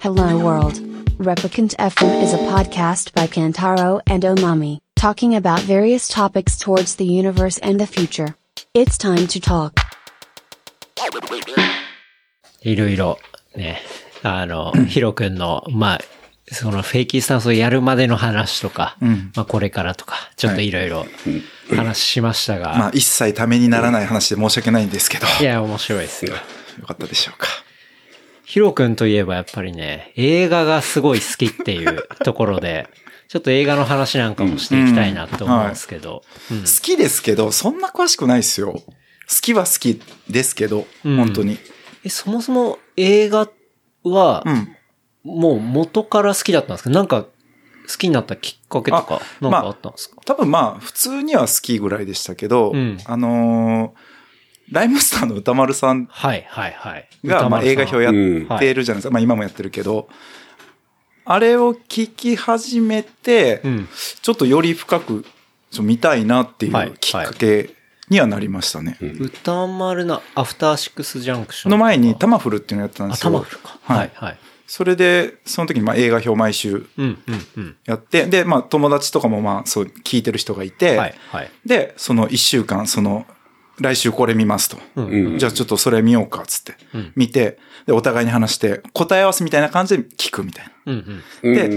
Hello World. Replicant FM is a podcast by Kantaro and Omami, talking about various topics towards the universe and the future. It's time to talk. いろいろ、ね、あの、ヒロ君の、まあ、そのフェイキースタンスをやるまでの話とか、まあこれからとか、ちょっといろいろ話しましたが、まあ一切ためにならない話で申し訳ないんですけど、いや、面白いですよ。よかったでしょうか。ヒロ君といえばやっぱりね、映画がすごい好きっていうところ で、ちょっと映画の話なんかもしていきたいなと思うんですけど、うん好きですけど、そんな詳しくないですよ。好きは好きですけど、うん本当に。えそもそも映画はう、ん。もう元から好きだったんですかなんか、好きになったきっかけとか、あなんかあったんですか、多分まあ、普通には好きぐらいでしたけど、うんあのーライムスターの歌丸さんはい、はい、はい。が、まあ、映画表やっうんてるじゃないですか。まあ、今もやってるけど、あれを聞き始めて、うん。ちょっとより深くちょ見たいなっていはいはいうきっかけにはなりましたね。歌丸な、アフターシックスジャンクション。の前にタマフルっていうのやってたんあ、ですタよ。マフルか。はいはい、はい。それで、その時にまあ映画表毎週うん、うん、うん。やって、で、まあ友達とかもまあそう聞いてる人がいて、はい、はい。で、その1週間、その、来週これ見ますと。うん、うんじゃあちょっとそれ見ようか、つって。うん見て、で、お互いに話して、答え合わせみたいな感じで聞くみたいな。うん、でう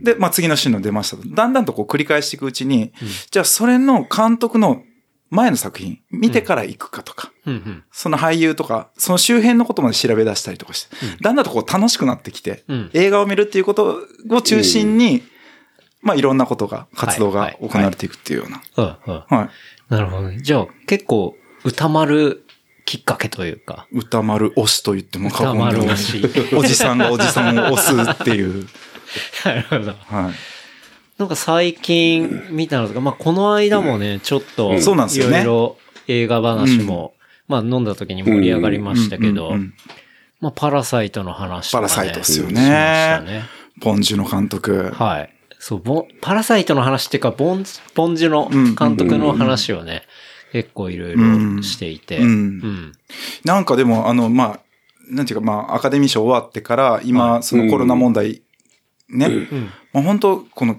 んで、まあ次の週の出ましたと。だんだんとこう繰り返していくうちに、じゃあそれの監督の前の作品、見てから行くかとか。うん、うん、その俳優とか、その周辺のことまで調べ出したりとかして、だんだんとこう楽しくなってきて、うん映画を見るっていうことを中心に、まあいろんなことが、活動はがいはい行われていくっていうような。うん、うん。はい。なるほどね。じゃあ、結構、歌丸きっかけというか、歌丸推しと言っても歌過言で丸はな推い。し。 おじさんがおじさんを推すっていう。なるほど。 はい。なんか最近見たのとか、まあこの間もね、ちょっと、んそうなんですよねいろいろ映画話も、まあ飲んだ時に盛り上がりましたけど、うんうんうんまあパラサイトの話とか、ね。パラサイトっすよねしましたね。ポンジュの監督。はい。そう、ボン、パラサイトの話っていうか、ボン、ボンジュの監督の話をね、結構いろいろしていて、うんうんなんかでも、あの、まあ、なんていうか、まあ、アカデミー賞終わってから、今、そのコロナ問題、ね、もう本当この、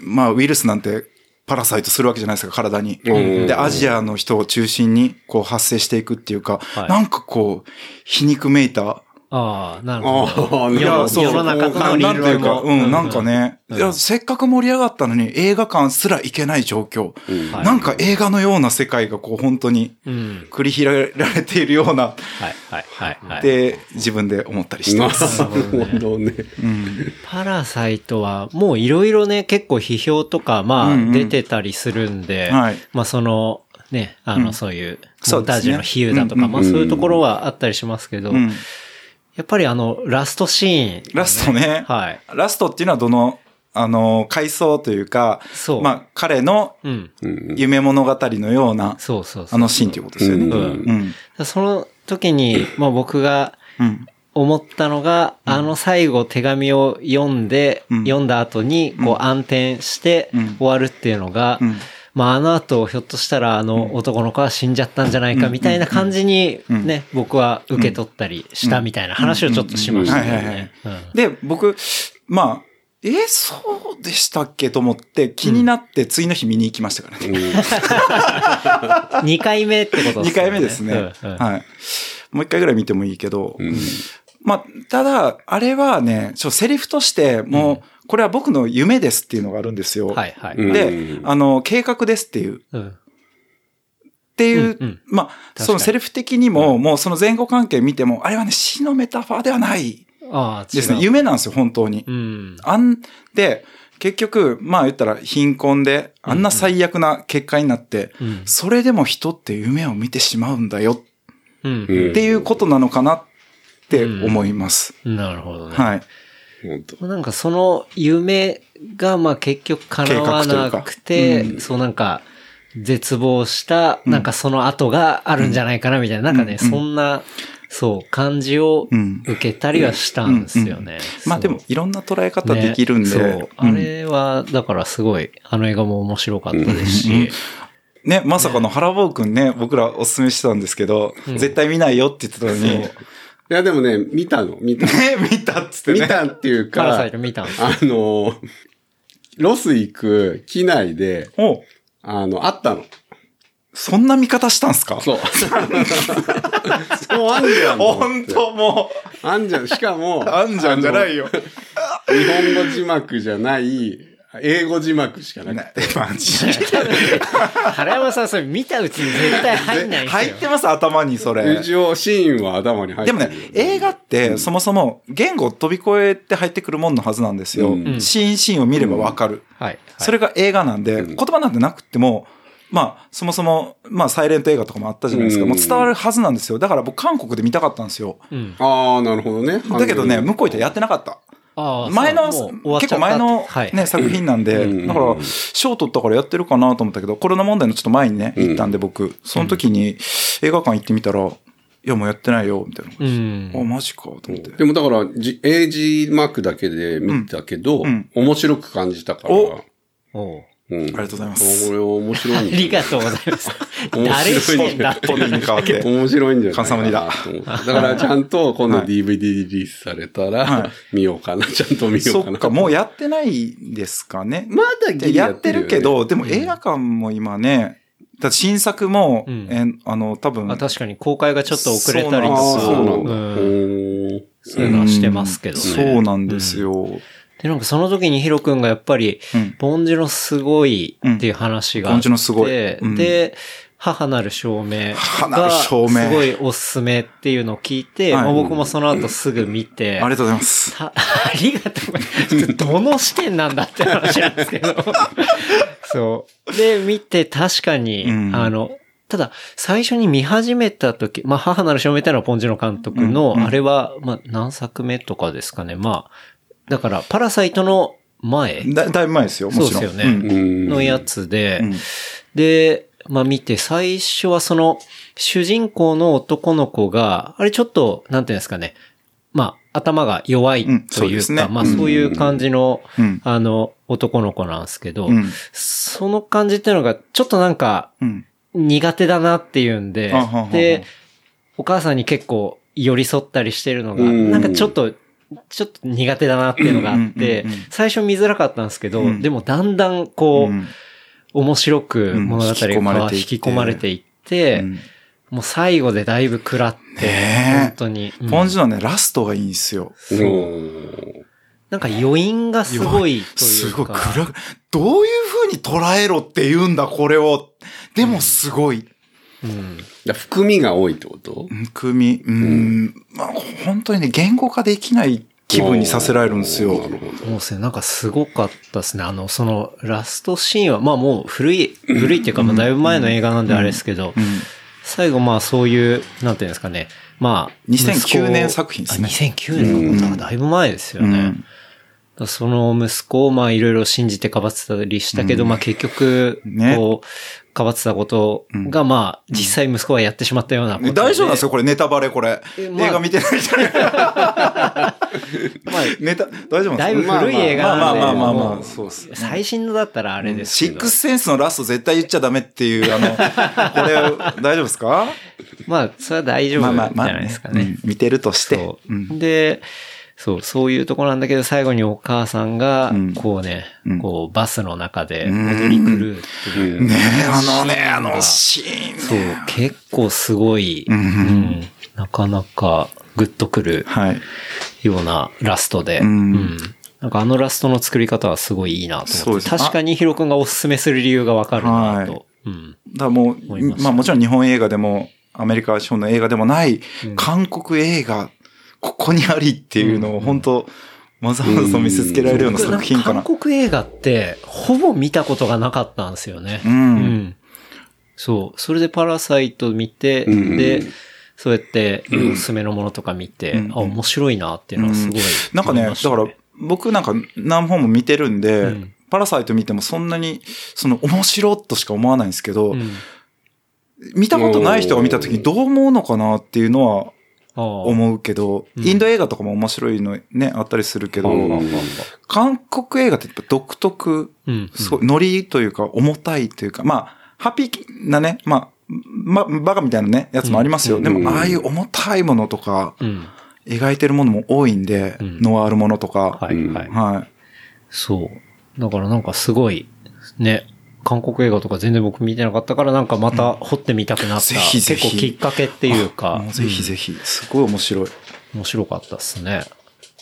まあ、ウイルスなんて、パラサイトするわけじゃないですか、体に。うんで、アジアの人を中心に、こう、発生していくっていうか、はいなんかこう、皮肉めいた。ああ、なるほど。ああ、いやなるほ世どの中とのなリなーんルていうか、もうん、なんかね、いや、せっかく盛り上がったのに、映画館すら行けない状況。はいなんか映画のような世界が、こう、本当に、うん。繰り広げられているような、はい、はい、はい、はい。って、自分で思ったりしてなます。るほどね。うんパラサイトは、もういろいろね、結構批評とか、まうあ、んうん出てたりするんで、はいまあ、その、ね、あの、うんそういう、モそうンですターねジュの比喩だとか、うんうんまあ、そういうところはあったりしますけど、うんやっぱりあの、ラストシーン、ラストねはい。ラストっていうのはどの、あの、回想というか、そう。まあ、彼のうん。うん夢物語のような、そうそうそう。あのシーンということですよね。うんうん。その時に、まあ僕がうん。思ったのが、あの最後手紙を読んで、うん読んだ後に、こう暗転してうん終わるっていうのが、うんまああの後、ひょっとしたらあの男の子は死んじゃったんじゃないかみたいな感じにうんね、僕は受け取ったりしたみたいな話をちょっとしましたよね。うんで、僕、まあ、えーそうでしたっけと思って、気になって次の日見に行きましたからね。二回目ってこと2回目ですね。うんうんはい。もう1回ぐらい見てもいいけど、うんまあ、ただ、あれはね、ちょ、セリフとして、もう、これは僕の夢ですっていうのがあるんですよ。はいはい。うんで、あの、計画ですっていう、うんっていう、うんうんまかあ、にそのセルフ的にも、もうその前後関係見ても、あれはね、死のメタファーではないああ、違ですね。う。夢なんですよ、本当に。うん。あん、で、結局、まあ言ったら貧困で、あんな最悪な結果になって、うんそれでも人って夢を見てしまうんだよっうん。うんていうことなのかなって思います。なるほどね。はい。本当なんかその夢がまあ結局叶わなくて、そうなんか絶望した、なんかその後があるんじゃないかなみたいな、なんかね、そんな、そう、感じをうん受けたりはしたんですよね。まあでも、いろんな捉え方できるんで、そうねそううあんれは、だからすごい、あの映画も面白かったですし、ね、まさかの原坊くんね、僕らおすすめしてたんですけど、絶対見ないよって言ってたのに、いや、でもね、見たの、見た。え、見たっつって見ね。たっていうパラサかイ、ト見たんです。あの、ロス行く機内で、おあの、あったの。そんな見方したんすかそう。そう、あんじゃん。本当もあんじゃん。しかう、も、あんじゃんじゃないよ。あの日本語字幕じゃない、英語字幕しかなくて。マジ原山さん、それ見たうちに絶対入んないんです入よってます、頭にそれ。一応、シーンは頭に入ってでるもね、映画ってそもそも言語を飛び越えて入ってくるもんのはずなんですよ。うんシーンシーンを見ればわかる。はい。はいそれが映画なんで、う言ん葉なんてなくっても、まあ、そもそも、まあ、サイレント映画とかもあったじゃないですか。うんもう伝わるはずなんですよ。だから僕、韓国で見たかったんですよ。うん。ああ、なるほどね。だけどね、向こう行ってやっってなかった。ああ前の、そうもう終わっちゃっ結た構前のはい。ね、作品なんで、うんだから、賞取ったからやってるかなと思ったけど、コロナ問題のちょっと前にね、うん行ったんで僕、その時に映画館行ってみたら、いや、もうやってないよ、みたいな。うん。あ、マジか、と思って。でもだから、じ英字マークだけで見たけど、うん面白く感じたから。おおううん、ありありがとうございますこれ面白あいんじゃないりがとうございます。面白い誰してんだって本人に変わって。面白いんじゃないカンサムニだだ。だからちゃんと今度 DVD リリースされたら、は見ようかな。ちゃんと見よそうかっな。か、もうやってないですかね。まだギでリやってるけど、よね、でも映画館も今ね、だって新作も、うんえーあの、多分、あ確かに公開がちょっと遅れたりとか、ああ、そうなんだ。うんうんそういうのはしてますけどね。そうなんですよ。で、なんかその時にヒロ君がやっぱり、うんボンジュのすごいっていう話があって、うんボンジュのすごいうんで、母なる証明母ながるす証ご明いおすすめっていうのを聞いて、はいまあ僕もその後すぐ見て、ありがとうございます。た ありがとうございます。どの視点なんだって話なんですけ ど。そう。で、見て確かに、うんあの、ただ、最初に見始めた時、まあ、母なる証明っていうのはポンジュの監督の、うんうんあれは、まあ、何作目とかですかね。まあ、だから、パラサイトの前だだいぶ前ですよ、もちろん。そうですよねんうんのやつで、うんで、まあ見て、最初はその、主人公の男の子が、あれちょっと、なんていうんですかね、まあ、頭が弱いとうんそういでうすか、ねまあうんそういう感じの、うんあの、男の子なんですけど、うんその感じっていうのが、ちょっとなんか、うん苦手だなっていうんであははは、で、お母さんに結構寄り添ったりしてるのが、うんなんかちょっと、ちょっと苦手だなっていうのがあってうんうんうん、最初見づらかったんですけど、うんでもだんだんこう、うん面白く物語が引うん引きき込込ままれれてていって、うんもう最後でだいぶ食らって、ねえ本当に、うんポンジュのね、ラストがいいんですよ。うんなんか余韻がすごいといすうごいか、暗く、どういう風に捉えろって言うんだ、これを。でもすごい。うんだから含みが多いってことうん組、うん、まあ、本当にね、言語化できない気分にさせられるんですよ。なるほど。もうですね、なんかすごかったですね。あの、そのラストシーンは、まあもう古い、古いっていうか、まあだいぶ前の映画なんであれですけど、うん最後まあそういう、なんていうんですかね、まあ、 2009息子年作品ですねあ2009年のことだいぶ前ですよね。うんだからその息子をまあいろいろ信じてかばってたりしたけど、うんまあ結局、ねこう、かばってたことがまあ実際息子はやってしまったようなことで、大丈夫なんですよこれネタバレこれ。え映まあ画見てないじ ゃなまいあネタ、大丈夫なだいんぶですか古い映画なんで。まあまあまあまあまあもそうっすね最新のだったらあれですシけッど。クスセンスのラスト絶対言っちゃダメってい う、あの、これ、大丈夫ですかまあ、それは大丈夫まあじまあゃまあ、ないですかうねん。見てるとして。そうんう。で、そう、そういうところなんだけど、最後にお母さんがうん、こうねうん、こう、バスの中で踊り狂うっていう。ねえ、あのね、あうのんシーン。そう、結構すごい、ううんん、なかなかグッとくるはい。ようなラストで、うんなんかあのラストの作り方はすごいいいなとそう思っでて、すね確かにヒロ君がおすすめする理由がわかるなはいと。うんだからも思いましう、たまあもちろん日本映画でも、アメリカ資本の映画でもない、韓国映画、ここにありっていうのを本当、わざわざ見せつけられるような作品か韓な。国映画って、ほぼ見たことがなかったんですよね。うんそう。それでパラサイト見て、うんで、そうやって、おすすめのものとか見て、うんあ、面白いなっていうのはすごい、なんかね、だから、僕なんか何本も見てるんで、うんパラサイト見てもそんなに、その面白っとしか思わないんですけど、うん、見たことない人が見た時にどう思うのかなっていうのはああ思うけど、うんインド映画とかも面白いのね、あったりするけど、うん韓国映画ってやっぱ独特、うんすごい、ノリというか、重たいというか、まあ、ハッピーなね、まあ、ま、バカみたいなね、やつもありますよ。うんでうんも、ああいう重たいものとか、うん。描いてるものも多いんで、んノワールものとか。はい、うんはい。はい。そう。だからなんかすごい、ね、韓国映画とか全然僕見てなかったから、なんかまた掘ってみたくなった。ぜひぜひ結構きっかけっていうか、もうぜひぜひ、すごい面白い。面白かったっすね。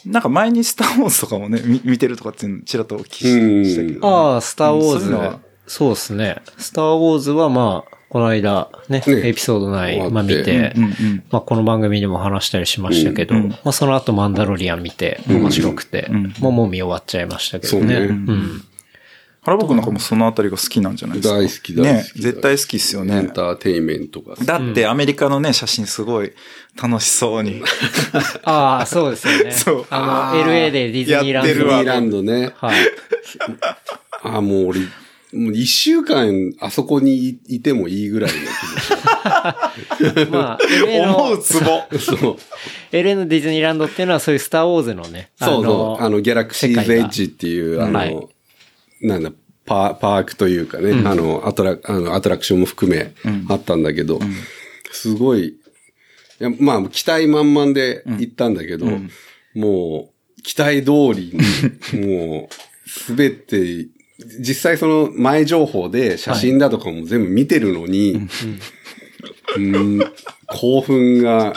なんか前にスター・ウォーズとかもね、み見てるとかっていうのちらっとお聞きしうんしたけど、ね。ああ、スター・ウォーそういうズのは。そうですね。スター・ウォーズはまあ、この間、ね、ねエピソード終9、わってまあ見て、うんうんまあこの番組でも話したりしましたけど、うんうんまあその後マンダロリアン見て、面白くて、うんもうもう見終わっちゃいましたけどそうね。ねうん。原僕なんかもそのあたりが好きなんじゃないですか。大好き大好きね、絶対好きですよエねン。ターテインメントが。だってアメリカのね、写真すごい楽しそうに。ああ、そうですよね。 そうああの、ー LA でディズニーランドやってディるズニわーランドね。はい。あ、もう俺、もう一週間あそこにいいてもいいぐらいのまあ、LA 思のう、ツボ。気持ち。そう。 LA のディズニーランドっていうのはそういうスターウォーズのね、そうそう。あの、ギャラクシーズエッジっていう、あの、はいなんだ、パーパークというかね、あのアトラ、あのアトラクションも含め、あったんだけど、すごい、いやまあ、期待満々で行ったんだけど、もう、期待通り に、もう、すべて、実際その前情報で写真だとかも全部見てるのに、うん興奮が、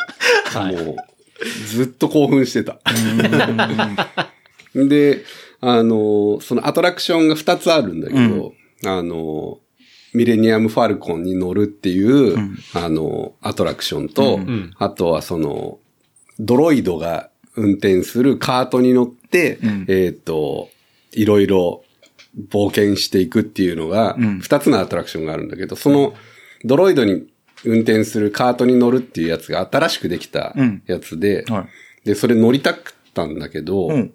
もう、ずっと興奮してた。で、あの、そのアトラクションが2つあるんだけど、あの、ミレニアム・ファルコンに乗るっていう、あの、アトラクションと、あとはその、ドロイドが運転するカートに乗って、えっ、と、いろいろ冒険していくっていうのが、ん2つのアトラクションがあるんだけど、その、ドロイドに運転するカートに乗るっていうやつが新しくできたうんやつで、はいで、それ乗りたかったんだけど、うん。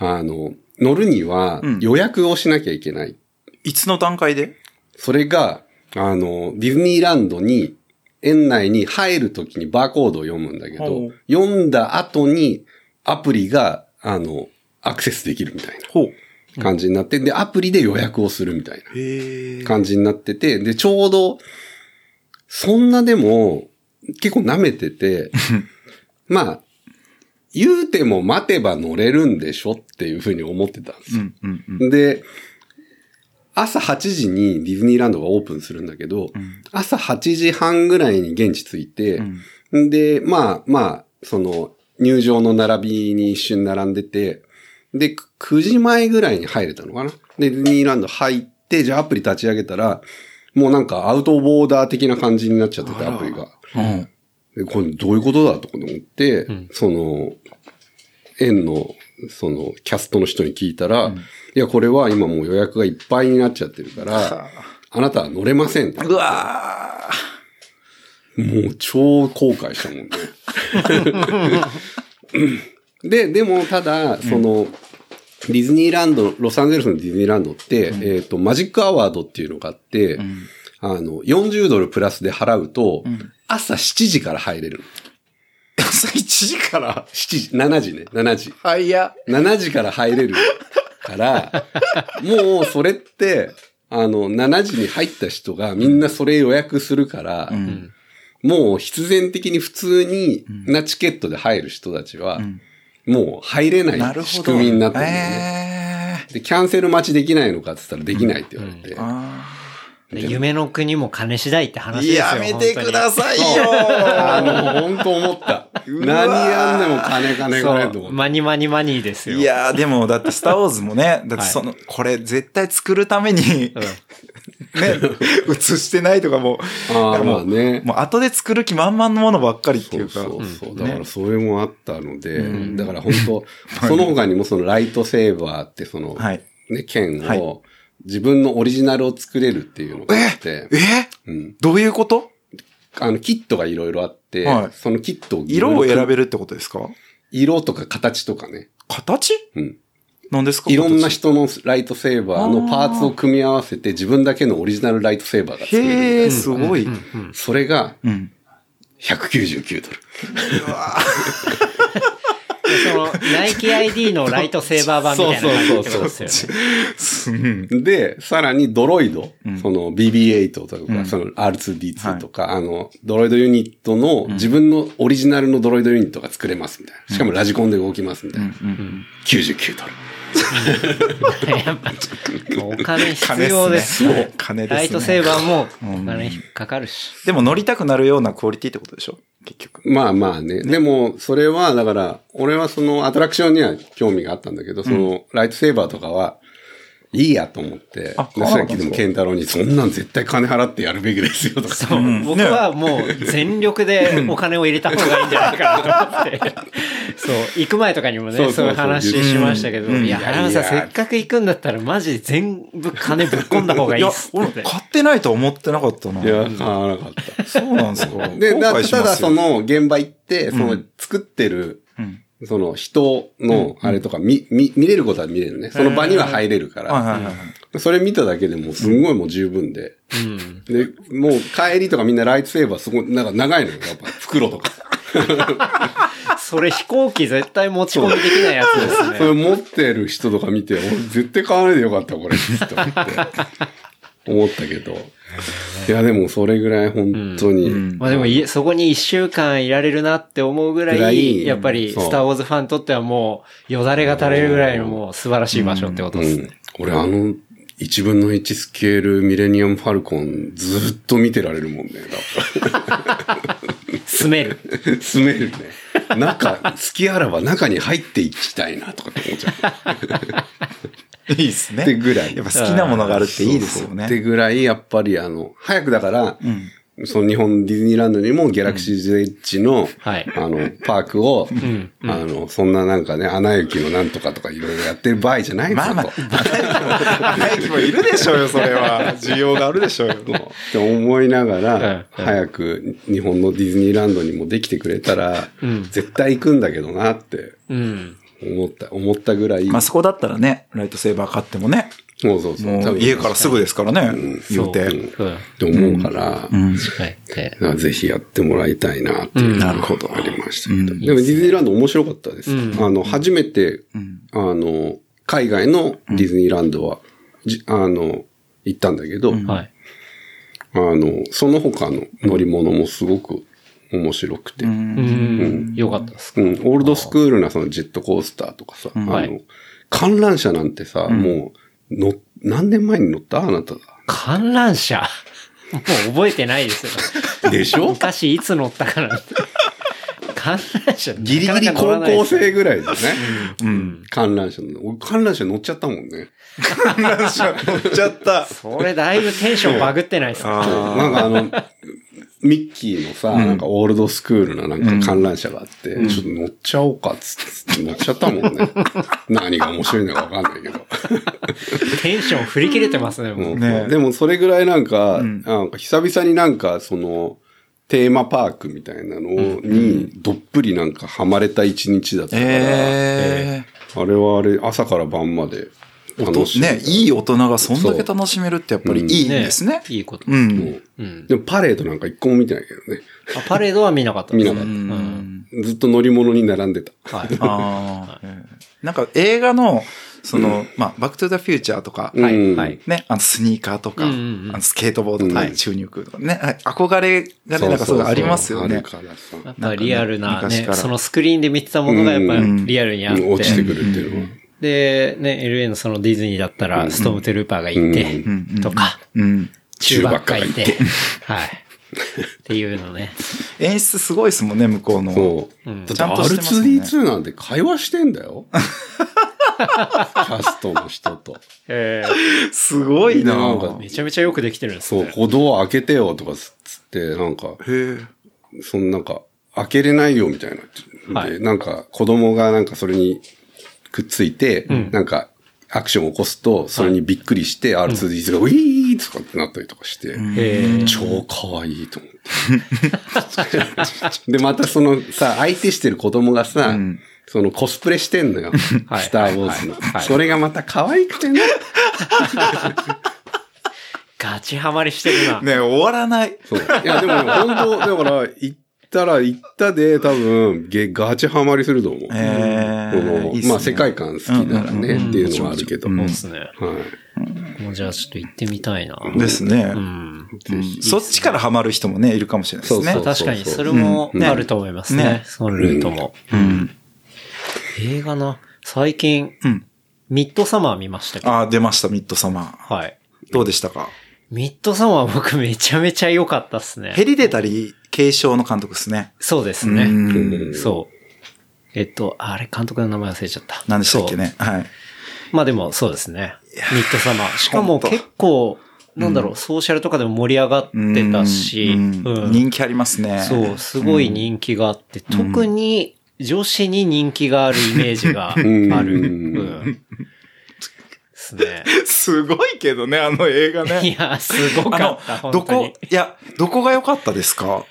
あの、乗るにはん予約をしなきゃいけない。いつの段階でそれが、あの、ディズニーランドに、園内に入るときにバーコードを読むんだけほどう、読んだ後にアプリが、あの、アクセスできるみたいほう。な感じになって、で、アプリで予約をするみたいなへえ。感じになってて、で、ちょうど、そんなでも、結構舐め てて、まあ、言うても待てば乗れるんでしょっていうふうに思ってたんですようんうんうん。で、朝8時にディズニーランドがオープンするんだけど、朝8時半ぐらいに現地着いて、で、まあまあ、その入場の並びに一瞬並んでて、で、く9時前ぐらいに入れたのかな。で、ディズニーランド入って、じゃあアプリ立ち上げたら、もうなんかアウトボーダー的な感じになっちゃってて、アプリが。うん。でこれどういうことだとか思って、その、園の、その、キャストの人に聞いたら、いや、これは今もう予約がいっぱいになっちゃってるから、あなたは乗れませんと。うわーもう超後悔したもんね。 で、でもただ、その、ディズニーランド、ロサンゼルスのディズニーランドって、えっ、と、マジックアワードっていうのがあって、あの、40ドルプラスで払うと、朝7時から入れるの。 朝1時から7時、7時ね、7時。早7時から入れる から、もうそれって、あの、7時に入った人がみんなそれ予約するから、んもう必然的に普通になチケットで入る人たちは、もう入れななるほいど。仕組みになってるんだよね。えで、キャンセル待ちできないのかって言ったらできないって言われて。ーあで夢の国も金次第って話ーですよ。やめてくだささいあよの、本当思った。うわー何やんでも金金金とそう、思っマニマニマニーですよ。いやーでも、だって、スター・ウォーズもね、だって、その、これ、絶対作るために、うん、ね、映してないとかも、て。ああ、まあね。もう、後で作る気満々のものばっかりっていうか、そうそうそう。ねだからそれもあったので、だから本 当、その他にもそのライトセーバーってその、はいね、剣はいを自分のオリジナルを作れるっていうのがあって、えうん、どういうことあの、キットがいろいろあって、はいそのキットを色を選る。べるってことですか色とか形とかね。形うん。なんですかいろんな形人のライトセーバーのパーツを組み合わせて自分だけのオリジナルライトセーバーが作れるみたいな。へえ、すごい。それがうん。 199ドル。その、ナイキ ID のライトセーバー版みたいな感じってことですよね。で、さらにドロイド、その BB8 とか、その R2D2 とか、あの、ドロイドユニットの、自分のオリジナルのドロイドユニットが作れますみたいな。しかもラジコンで動きますみたいな。99ドル。 やっぱ、お金必要です金っすねね。金ですねライトセーバーも、お金かかるし。でも乗りたくなるようなクオリティってことでしょ結局。まあまあね。でも、それは、だから、俺はそのアトラクションには興味があったんだけど、そのライトセーバーとかは、いいやと思って、であさっきでも健太郎に、そんなん絶対金払ってやるべきですよとか。そう、僕はもう全力でお金を入れた方がいいんじゃないかなと思って。そう、行く前とかにもね、そそううそうそういう話しましたけど、うんいや、い原や野さん、いやせっかく行くんだったらマジ全部金ぶっ込んだ方がいいっすって。買ってないとは思ってなかったな。いや、買わなかった。そうなんですか。で、後だ悔しますよただそ、の現場行って、その作ってる、うんその人のあれとか見、見、見れることは見れるね。その場には入れるかはいら。はいはいはい。それ見ただけでもうすんごいもう十分で。うん。で、もう帰りとかみんなライトセーバーすごい、なんか長いのよ。やっぱ袋 とか。それ飛行機絶対持ち込みできないやつですそれね。持ってる人とか見て、俺絶対買わないでよかった、 これ。と思って。思ったけど。いや、でもそれぐらい本当に。うんまあでもい、そこに一週間いられるなって思うぐらい、ぐらいやっぱり、そうスターウォーズファンにとってはもう、よだれが垂れるぐらいのもう素晴らしい場所ってことですね。俺あの、1分の1スケールミレニアムファルコンずっと見てられるもんね。 だか住める。ら住めるね。中、好きあらば中に入っていきたいなとかって思っちいゃいです ね。ってぐらいやっぱ好きなものがあるう。っていいですよね。ってぐらい、やっぱりあの、早くだから、んその日本ディズニーランドにもギャラクシーズエッジの、はいあの、パークを、あの、そんななんかね、穴行きのなんとかとかいろいろやってる場合じゃないまあまあぞと、大輝もいるでしょうよ、それは。需要があるでしょうよ。って思いなうんがうんら、早く日本のディズニーランドにもできてくれたら、絶対行くんだけどなってうん。思った、思ったぐらい。 まあそこだったらね、ライトセーバー買ってもね、そうそうそう。も多う分家からすぐですからね、予定。そう。うんって思うから、近いってだからぜひやってもらいたいなっていうなるほことがありましたけど。でもディズニーランド面白かったです。あの、初めて、あの、海外のディズニーランドは、じあの、行ったんだけど、はい。あの、その他の乗り物もすごく面白くて、うん。よかったです。うん、オールドスクールなそのジェットコースターとかさ、あの、はい観覧車なんてさ、もう、の、何年前に乗ったあなただ。観覧車もう覚えてないですよ。でしょ昔いつ乗ったかなんて。観覧車 ギリギリなかなか乗ら高ないで校すよ生ぐらいだね。うん。観覧車の。俺観覧車乗っちゃったもんね。乗っちゃった。それだいぶテンションバグってないですかなんかあの、 ミッキーのさ、なんかオールドスクールななんか観覧車があって、ちょっと乗っちゃおうかっつって乗っちゃったもんね。何が面白いのかわかんないけど。テンション振り切れてますね、もう。ねでもそれぐらいなんか、うんなんか久々になんかその、テーマパークみたいなのに、どっぷりなんかハマれた一日だったから、えあれはあれ、朝から晩までえ楽しい。ね、いい大人がそんだけ楽しめるってやっぱりいいんですね。いいこと。うん。うん。でもパレードなんか一個も見てないけどね。あパレードは見なかったです見なかったうんずっと乗り物に並んでた。はい。ああ。なんか映画の、その、まあ、バックトゥザフューチャーとか、うんはい。はい。ね、あのスニーカーとか、うんうんうんあのスケートボードとうか、ん宙に浮くとかね、はい憧れがね、なんかそういうのありますよあねる。からさやっぱリアルななんかね昔ね、からそのスクリーンで見てたものがやっぱリアルにあっうん落ちて。てくるっていうのは。で、ね、LA のそのディズニーだったら、ストームトゥルーパーがいてうんうん、とか、うん。中ばっかい中ばっかいて、はい。っていうのね。演出すごいですもんね、向こうの。そう。だちゃんとっしててますもんね R2D2 なんて会話してんだ よ。キャストの人と。えすごいななんかーめちゃめちゃよくできてるんですそう、ね。歩道を開けてよとかつって、なんか、へえ。そのなんか、開けれないよみたいな。はいで、なんか、子供がなんかそれにくっついて、なんか、アクションを起こすと、それにびっくりして、R2D2 がウィーとかってなったりとかして、えー超可愛いと思って。で、 またそのさ、相手してる子供がさ、そのコスプレしてんのよ。 はいスターウォーズの、はいはいそれがまた可愛くてね。ガチハマりしてるな。ね終わらない。そう。いや、でも本当、だから、行っったら行ったで、多分、げガチハマりすると思う。えーこのいいっすねまあ、世界観好きならね、うんうんうんっていうのはあるけど。うんはい。ですね。もうじゃあちょっと行ってみたいな。ですねう。ん。ぜひそっちからハマる人もね、いるかもしれないですそうね。確かに、それもうんねあると思いますねね。そのルートも。うん。映画な。最近、うん。ミッドサマー見ましたけど。ああ、出ました、ミッドサマー。はい。どうでしたかミッドサマー僕めちゃめちゃ良かったっすね。ヘリデタリー継承の監督ですね。そうですうね。ん。そう。えっと、あれ、監督の名前忘れちゃった。何でしたっけね。はそい。う。まあでも、そうですね。ミッドサマー。しかもほんと結構、なんだろう、ソーシャルとかでも盛り上がっうんてたし、うんうん人気ありますね。そう、すごい人気があって、特に女子に人気があるイメージがあ る。んうん。ですね。すごいけどね、あの映画い ね。や、すごかあった、の、本ど当にこ。、いや、どこが良かったですか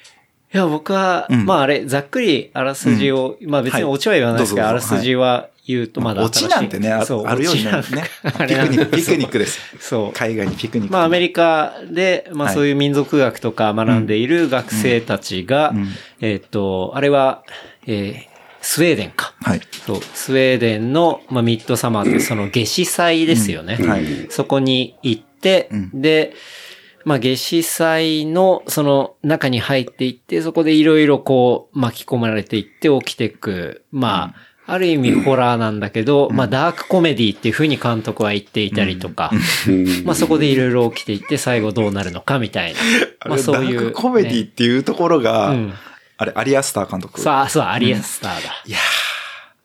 いや、僕は、うんまああれ、ざっくりあらすじを、まあ別にオチは言わないですけど、はいあどうらぞどうぞすじは言うとまだオチなんてね、あそうあるようになるね。オチなん かあピれなクんニック、でピすよクニックです。そう。海外にピクニック。まあアメリカで、まあはいそういう民族学とか学んでいる学生たちが、うんうんえっ、と、あれは、えースウェーデンか。はい。そう、スウェーデンの、まあ、ミッドサマーってその夏至祭ですよね。うんはいそこに行って、うんで、まあ、夏至祭のその中に入っていって、そこでいろいろこう巻き込まれていって起きてく、まあ、ある意味ホラーなんだけど、まあ、ダークコメディっていうふうに監督は言っていたりとか、うんまあ、そこでいろいろ起きていって、最後どうなるのかみ たいな。まあ、そういう、ダークコメディっていうところが、うんあれ、アリアスター監督。そう、あそう、アリアスターだ。いやー、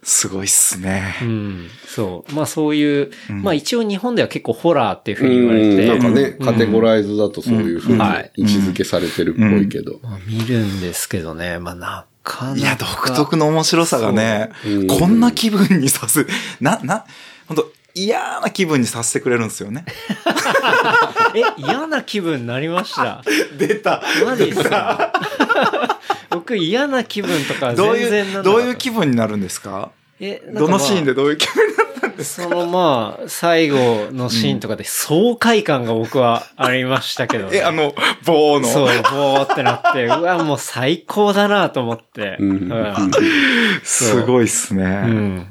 すごいっすね。うん、そう。まあそういう、んまあ一応日本では結構ホラーっていうふううに言われんて、なんかね、うんカテゴライズだとそういう風に位置づけされてるっぽいけど。まあ見るんですけどね、まあなかなか。いや、独特の面白さがね、そううんこんな気分にさせ、 な、な、本当嫌な気分にさせてくれるんですよ ね。え、嫌な気分になりま した。出た。マジですか 僕嫌な気分とかどう全然いなう、んだどういう気分になるんですかえ、なんかまどあのシーンでどういう気分になるそのまあ、最後のシーンとかで爽快感が僕はありましたけど、ね。え、あの、棒の。そう、ぼーってな って、うわ、もう最高だなと思って。うんうんすごいっすね。うん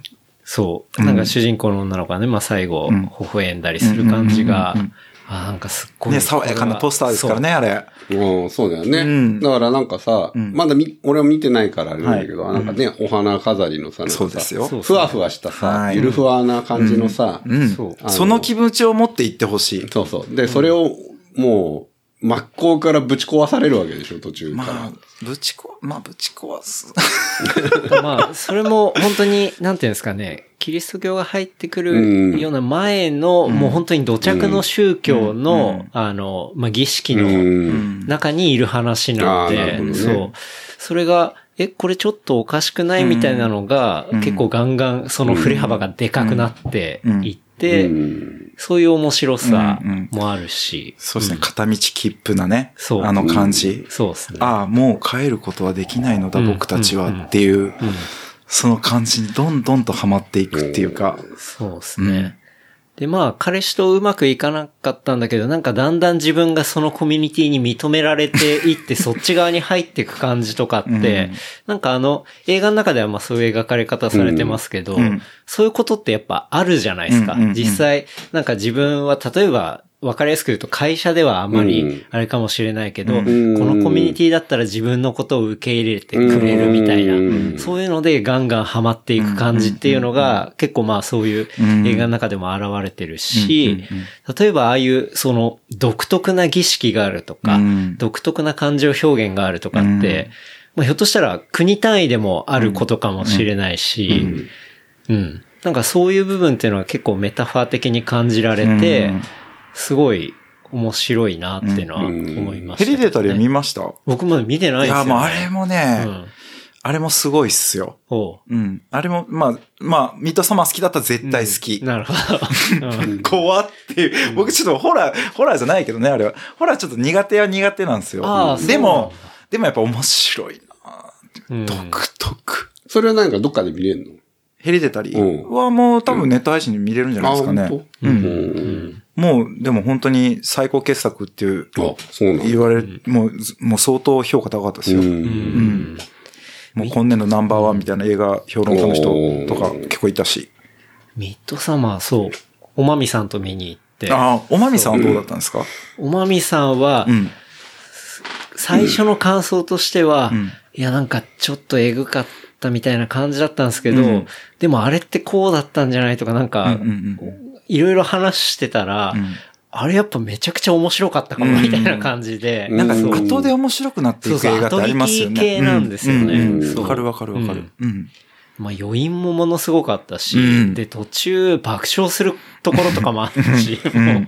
そう。うんなんか主人公の女の子がね、まあ最後、うん微笑んだりする感じがうんうんうん、あ、なんかすっごい。ね、爽やかなポスターですからね、あれ。うん、そうだよね。うんだからなんかさ、んまだみ俺は見てないからあれなんだけど、はいなんかね、お花飾りのさ、なんかさそうですよ。そうふわふわしたさ、はいゆるふわな感じのさ、うん。そうあのその気持ちを持っていってほしい。そうそう。で、それをもう、真っ向からぶち壊されるわけでしょ、途中かまら。あ、ぶちこ、まあ、ぶち壊す。そう。まあ、それも本当に、なんていうんですかね、キリスト教が入ってくうんるような前の、もう本当に土着の宗教うんうのん、あの、まあ儀式うのん。中にいる話なのあーなるで、ほどねそう。それが、え、これちょっとおかしくないみたいなのが、うん結構ガンガン、その振れ幅がでかくなっていって、うんそういう面白さうんもあるし。そうですね、ん片道切符なね。そうあの感じ。そうですね。ああ、もう帰ることはできないのだ、うん僕たちうんはっていうう、ん、その感じにどんどんとハマっていくっていうか。そうですね。で、まあ、彼氏とうまくいかなかったんだけど、なんかだんだん自分がそのコミュニティに認められていって、そっち側に入っていく感じとかって、うんなんかあの、映画の中ではまあそういう描かれ方されてますけど、うんうんそういうことってやっぱあるじゃないですか。うんうんうん実際、なんか自分は例えば、わかりやすく言うと会社ではあまうんりあれかもしれないけど、うんこのコミュニティだったら自分のことを受け入れてくれるみたいな、うんそういうのでガンガンハマっていく感じっていうのが、結構まあそういう映画の中でも現れてるし、例えばああいうその独特な儀式があるとかうん、独特な感情表現があるとかっうて、まあひょっとしたら国単位でもあることかもしれないし、うん。なんかそういう部分っていうのは結構メタファー的に感じられてうん、すごい面白いなっていうのは思いましたけどね。ヘリデタリーは見ました僕まだ見てないでいすよ、や、ね。もうあれもね、うん。あれもすごいっすよ。おううん。あれも、まあ、まあ、ミッドサマー好きだったら絶対好き。なるほど。うん怖っていう。僕ちょっとホラー、ホラーじゃないけどね、あれは。ホラーちょっと苦手は苦手なんですよああ。そうでも、でもやっぱ面白いな うん独特。それはなんかどっかで見れんのヘリデタリうーはもう多分ネット配信で見れるんじゃないですかあね本。う。うんん。もう、でも本当に最高傑作っていう、あ、そうなんだ。言われる、もう、ずもう相当評価高かったですよ。うん。もう今年度ナンバーワンみたいな映画評論家の人とかおー結構いたし。ミッドサマー、そう。おまみさんと見に行って。ああ、おまみさんはどうだったんですかおまみさんはう、ん。最初の感想としては、うんいや、なんかちょっとえぐかったみたいな感じだったんですけど、うんでもあれってこうだったんじゃないとか、なんうんかうん、うんいろいろ話してたら、うんあれやっぱめちゃくちゃ面白かったかも、みたいな感じで。うんなんかそう後で面白くなっていくそうそう映画ってあります後よね。劇系なんですよねうんうんうんそうわかるわかるわかる。うん。まあ余韻もものすごかったし、うんで、途中爆笑するところとかもあったし、もう、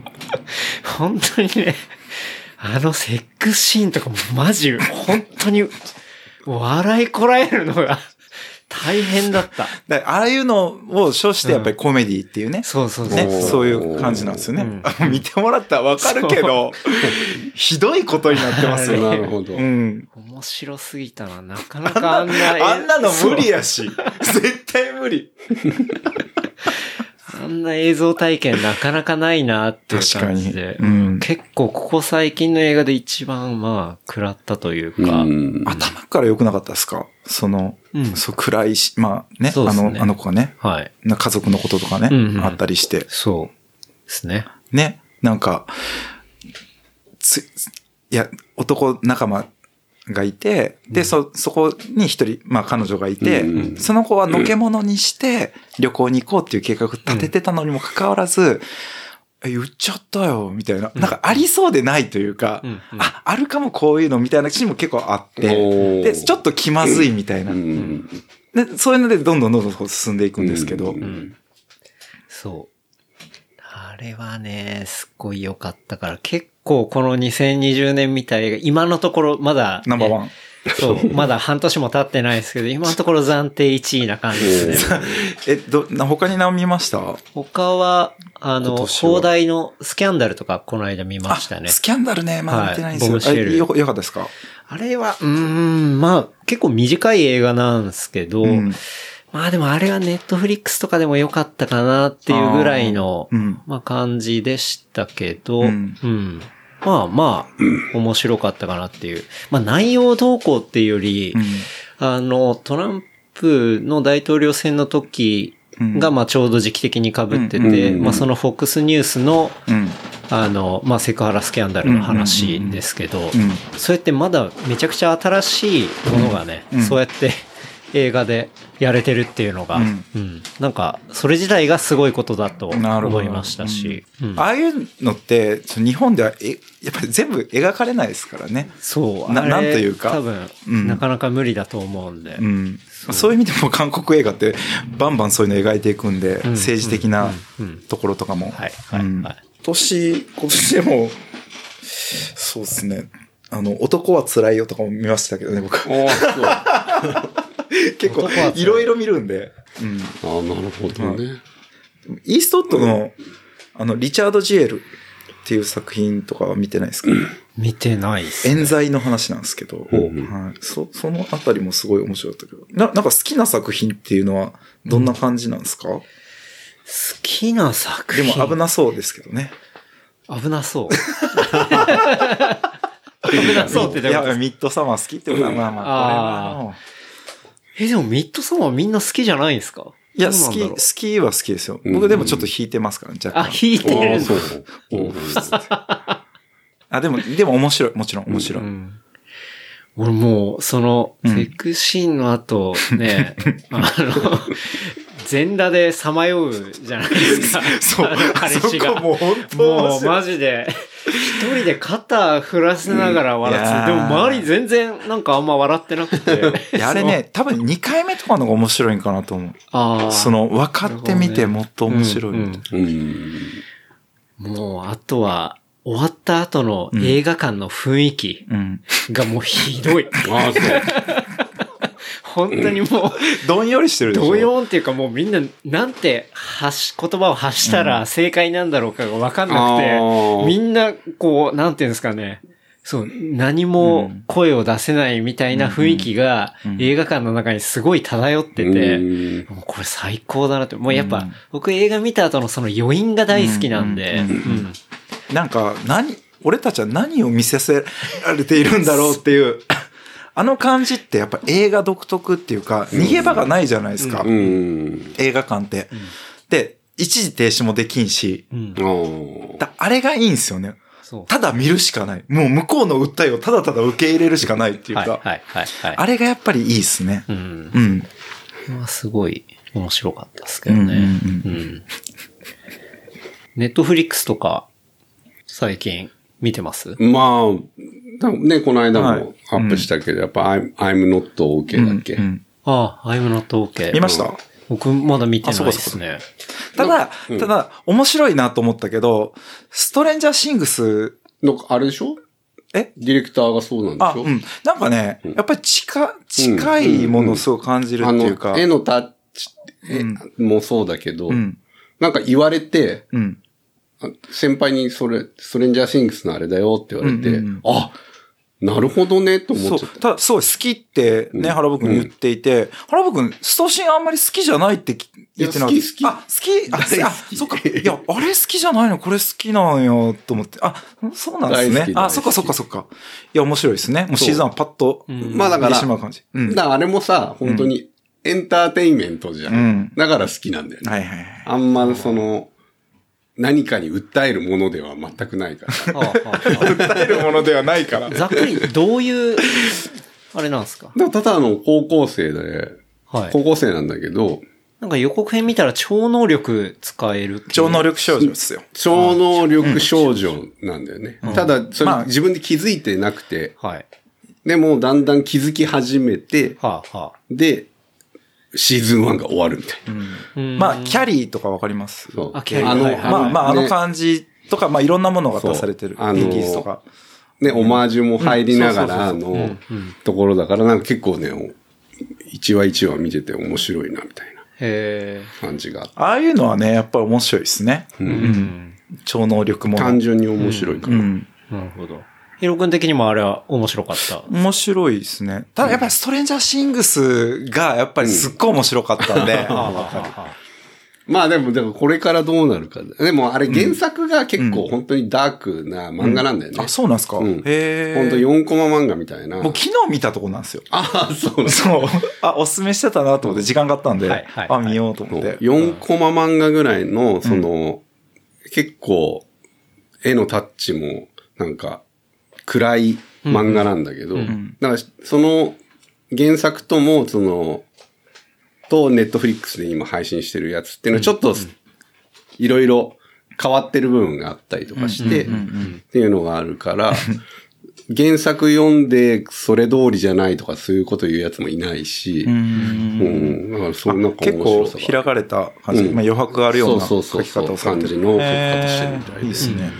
本当にね、あのセックスシーンとかもマジ、本当に、笑いこらえるのが大変だった。だからああいうのを称してやっぱりコメディっていうね。そうそうそう。ね、そういう感じなんですよねうん。あ 見てもらったらわかるけど、ひどいことになってま すよ。なるほど。うん。面白すぎたな。なかなかあんな、あんなの無理や。やし、絶対無理。そうあんな映像体験なかなかないなっていう感じで。うん結構ここ最近の映画で一番まあ、食らったというか、うん頭から良くなかったですかその、うんそう暗いし、まあね、そうであすねの、あの子がね、はい。な家族のこととかね、うんうんあったりして、そうですね。ね、なんか、つ、いや、男仲間がいて、で、そ、そこに一人、まあ彼女がいて、うんうんその子はのけものにして旅行に行こうっていう計画立ててたのにもかかわらず、え言っちゃったよ、みたいな。なんかありそうでないというか、うんうんあ、あるかもこういうのみたいなシーンも結構あって、おーで、ちょっと気まずいみたいなう。んでそういうのでどんどんどんどんこう進んでいくんですけど、うんそう。あれはね、すっごい良かったから、結構この2020年みたいが、今のところまだね、ナンバーワン。そう、 まだ半年も経ってないですけど、今のところ暫定1位な感じですね。え、ど、な他に何見ました他は、あ今の、年は放題のスキャンダルとかこの間見まあ、したね。スキャンダルね、まだ見てないんですよ。はいボムシェルあよ、よかったですかあれは、うーん、まあ、結構短い映画なんですけど、うんまあでもあれはネットフリックスとかでも良かったかなっていうぐらいの、あーうんまあ感じでしたけど、ううんん。まあまあ、面白かったかなっていう。まあ内容動向っていうより、うんあの、トランプの大統領選の時が、まあちょうど時期的に被ってうんうんて、うんまあその FOX ニュースの、うん。あの、まあセクハラスキャンダルの話ですけど、うん。そうやってまだめちゃくちゃ新しいものがね、うんそうやって映画でやれてるっていうのが、ううんんなんかそれ自体がすごいことだとなるほど思いましたし、うんああいうのって、ちょ日本では、え、やっぱり全部描かれないですからね。そうなあれなんというか多分、うんなかなか無理だと思うんで、うん。そういう意味でも韓国映画って、バンバンそういうの描いていくんで、ん政治的なうんうんところとかも。はいはいうんはい、今年、今年でも、そうですね。あの、男は辛いよとかも見ましたけどね、僕。あ あ、結構男は辛、いいろいろ見るんで。うん。そうあなるほどね。イーストウッドの、あの、リチャード・ジエルっていう作品とかは見てないですか、見てないっす冤罪の話なんですけど、ほうほうはい、そそのあたりもすごい面白かったけどな、なんか好きな作品っていうのはどんな感じなんですか、好きな作で品も危なそうですけどね。危な そう危なそうっていどういうやこと、ミッドサマー好きってことは、まあまあ、これは。えでもミッドサマーみんな好きじゃないんですかいや、どうな好んだろうき、好きは好きですよ。うん僕でもちょっと引いてますから、若あ干。引いてあるあ、んだそうそう。あ、でも、でも面白い、もちろん面白い。うん俺もう、その、うんセクシーンの後、 ね、あの、全裸でさまようじゃないですか。そう、あのあ 彼氏そが。こもう本当も面う白い。マジで、一人で肩振らせながら笑ってうんいた、やーでも周り全然なんかあんま笑ってなくい て。やあれね、多分2回目とかの方が面白いんかなと思う。ああ。その、分かってみてもっと面白い。うんうん。もう、あとは、終わった後の映画館の雰囲気うんがもうひど い。ああ、そう。本当にもう、どんよりしてるでしょ。ドヨーンっていうかもうみんななんて発し言葉を発したら正解なんだろうかがわかんなくあーて、みんなこう、なんていうんですかね。そう、何も声を出せないみたいな雰囲気がうん映画館の中にすごい漂ってて、うんもうこれ最高だなって。もうやっうぱん僕映画見た後のその余韻が大好きなんで、ううんんなんか、何、俺たちは何を見せせられているんだろうっていう、あの感じってやっぱ映画独特っていうか、逃げ場がないじゃないですか、うん。映画館って。で、一時停止もできんし、うんあーだあれがいいんですよね。そう。ただ見るしかない。もう向こうの訴えをただただ受け入れるしかないっていうはい、はかい、、はい、はい。あれがやっぱりいいですねう。ん。うん。まあ、すごい面白かったですけどね。ううんネットフリックスとか、最近見てますまあ、多分ね、この間はいもアップしたけど、やっぱ I'm, I'm not OK だっけ。うんああ、I'm not OK。見ました僕まだ見てないですね。ただ、ただ、面白いなと思ったけど、ストレンジャーシングス、なんかあれでしょえディレクターがそうなんであ、しょうん。なんかね、やっぱり近、近いものをすごい感じるっあていうかの、絵、のタッチ、えもそうだけど、うん。なんか言われて、うん。あ先輩にそれ、ストレンジャーシングスのあれだよって言われて、うんうんうんあ、なるほどね、と思そっうちゃっ。た。ただ、すごい好きってね、うん原部君言っていて、原部君、ストシンあんまり好きじゃないってき言ってなかっいや好きた。あ、好き大あ、好あ、きそっか。いや、あれ好きじゃないのこれ好きなんよ、と思って。あ、そうなんです大好ねき。大好あ、きそっかそっかそっか。いや、面白いですね。もうそうシーズン1パッと、んまあだから見てしまう感じ。うん。だからあれもさ、本当にエンターテインメントじゃん。うんだから好きなんだよね。はいはい はい。あんまその、何かに訴えるものでは全くないか ら。ああああ訴えるものではないから。 ざっくりどういう、あれなんですかだからただの高校生で、はい高。校生なんだけど、なんか予告編見たら超能力使えるっていう。 超能力少女ですよ。超能力少女なんだよね。ただ、そまあれ自分で気づいてなくて、はい。でもだんだん気づき始めて、はあ、はあ。で、シーズン1が終わるみたいな。うんまあ、キャリーとかわかります。そうあキャリーの、はいはいまあまあ、あねの感じとか、まあいろんなものが出されてる。そうあのーリリースとか。ね、オマージュも入りながらうんのところだから、なんか結構ね、お一話一話見てて面白いな、みたいなへ感じがあって。ああいうのはね、やっぱり面白いですね。え。うん。超能力もの。単純に面白いかうら。ん。なるほど。ヒロ君的にもあれは面白かった。面白いですね。ただやっぱりストレンジャーシングスがやっぱりすっごい面白かったん で。ああ、はあ、はあ。まあでも、でもこれからどうなるか。でもあれ原作が結構本当にダークな漫画なんだよね。あ、そうなんですか、うんへえ。本当4コマ漫画みたいな。もう昨日見たとこなんですよ。ああ、そうなんだそう。あ、おすすめしてたなと思って、時間があったんで、はいはいはいあ、見ようと思って。 4コマ漫画ぐらいの、その、結構、絵のタッチも、なんか、暗い漫画なんだけど、だから、その原作とも、その、と、ネットフリックスで今配信してるやつっていうのは、ちょっと、いろいろ変わってる部分があったりとかして、っていうのがある から、原作読んで、それ通りじゃないとか、そういうこと言うやつもいないし、うんうん、だから、そんな面結白構さがある開かれた感じ、うんまあ余白があるようなそ書うそうきそ方うそうをされて感じる。の書き方してるみたいえでーいいですね。だか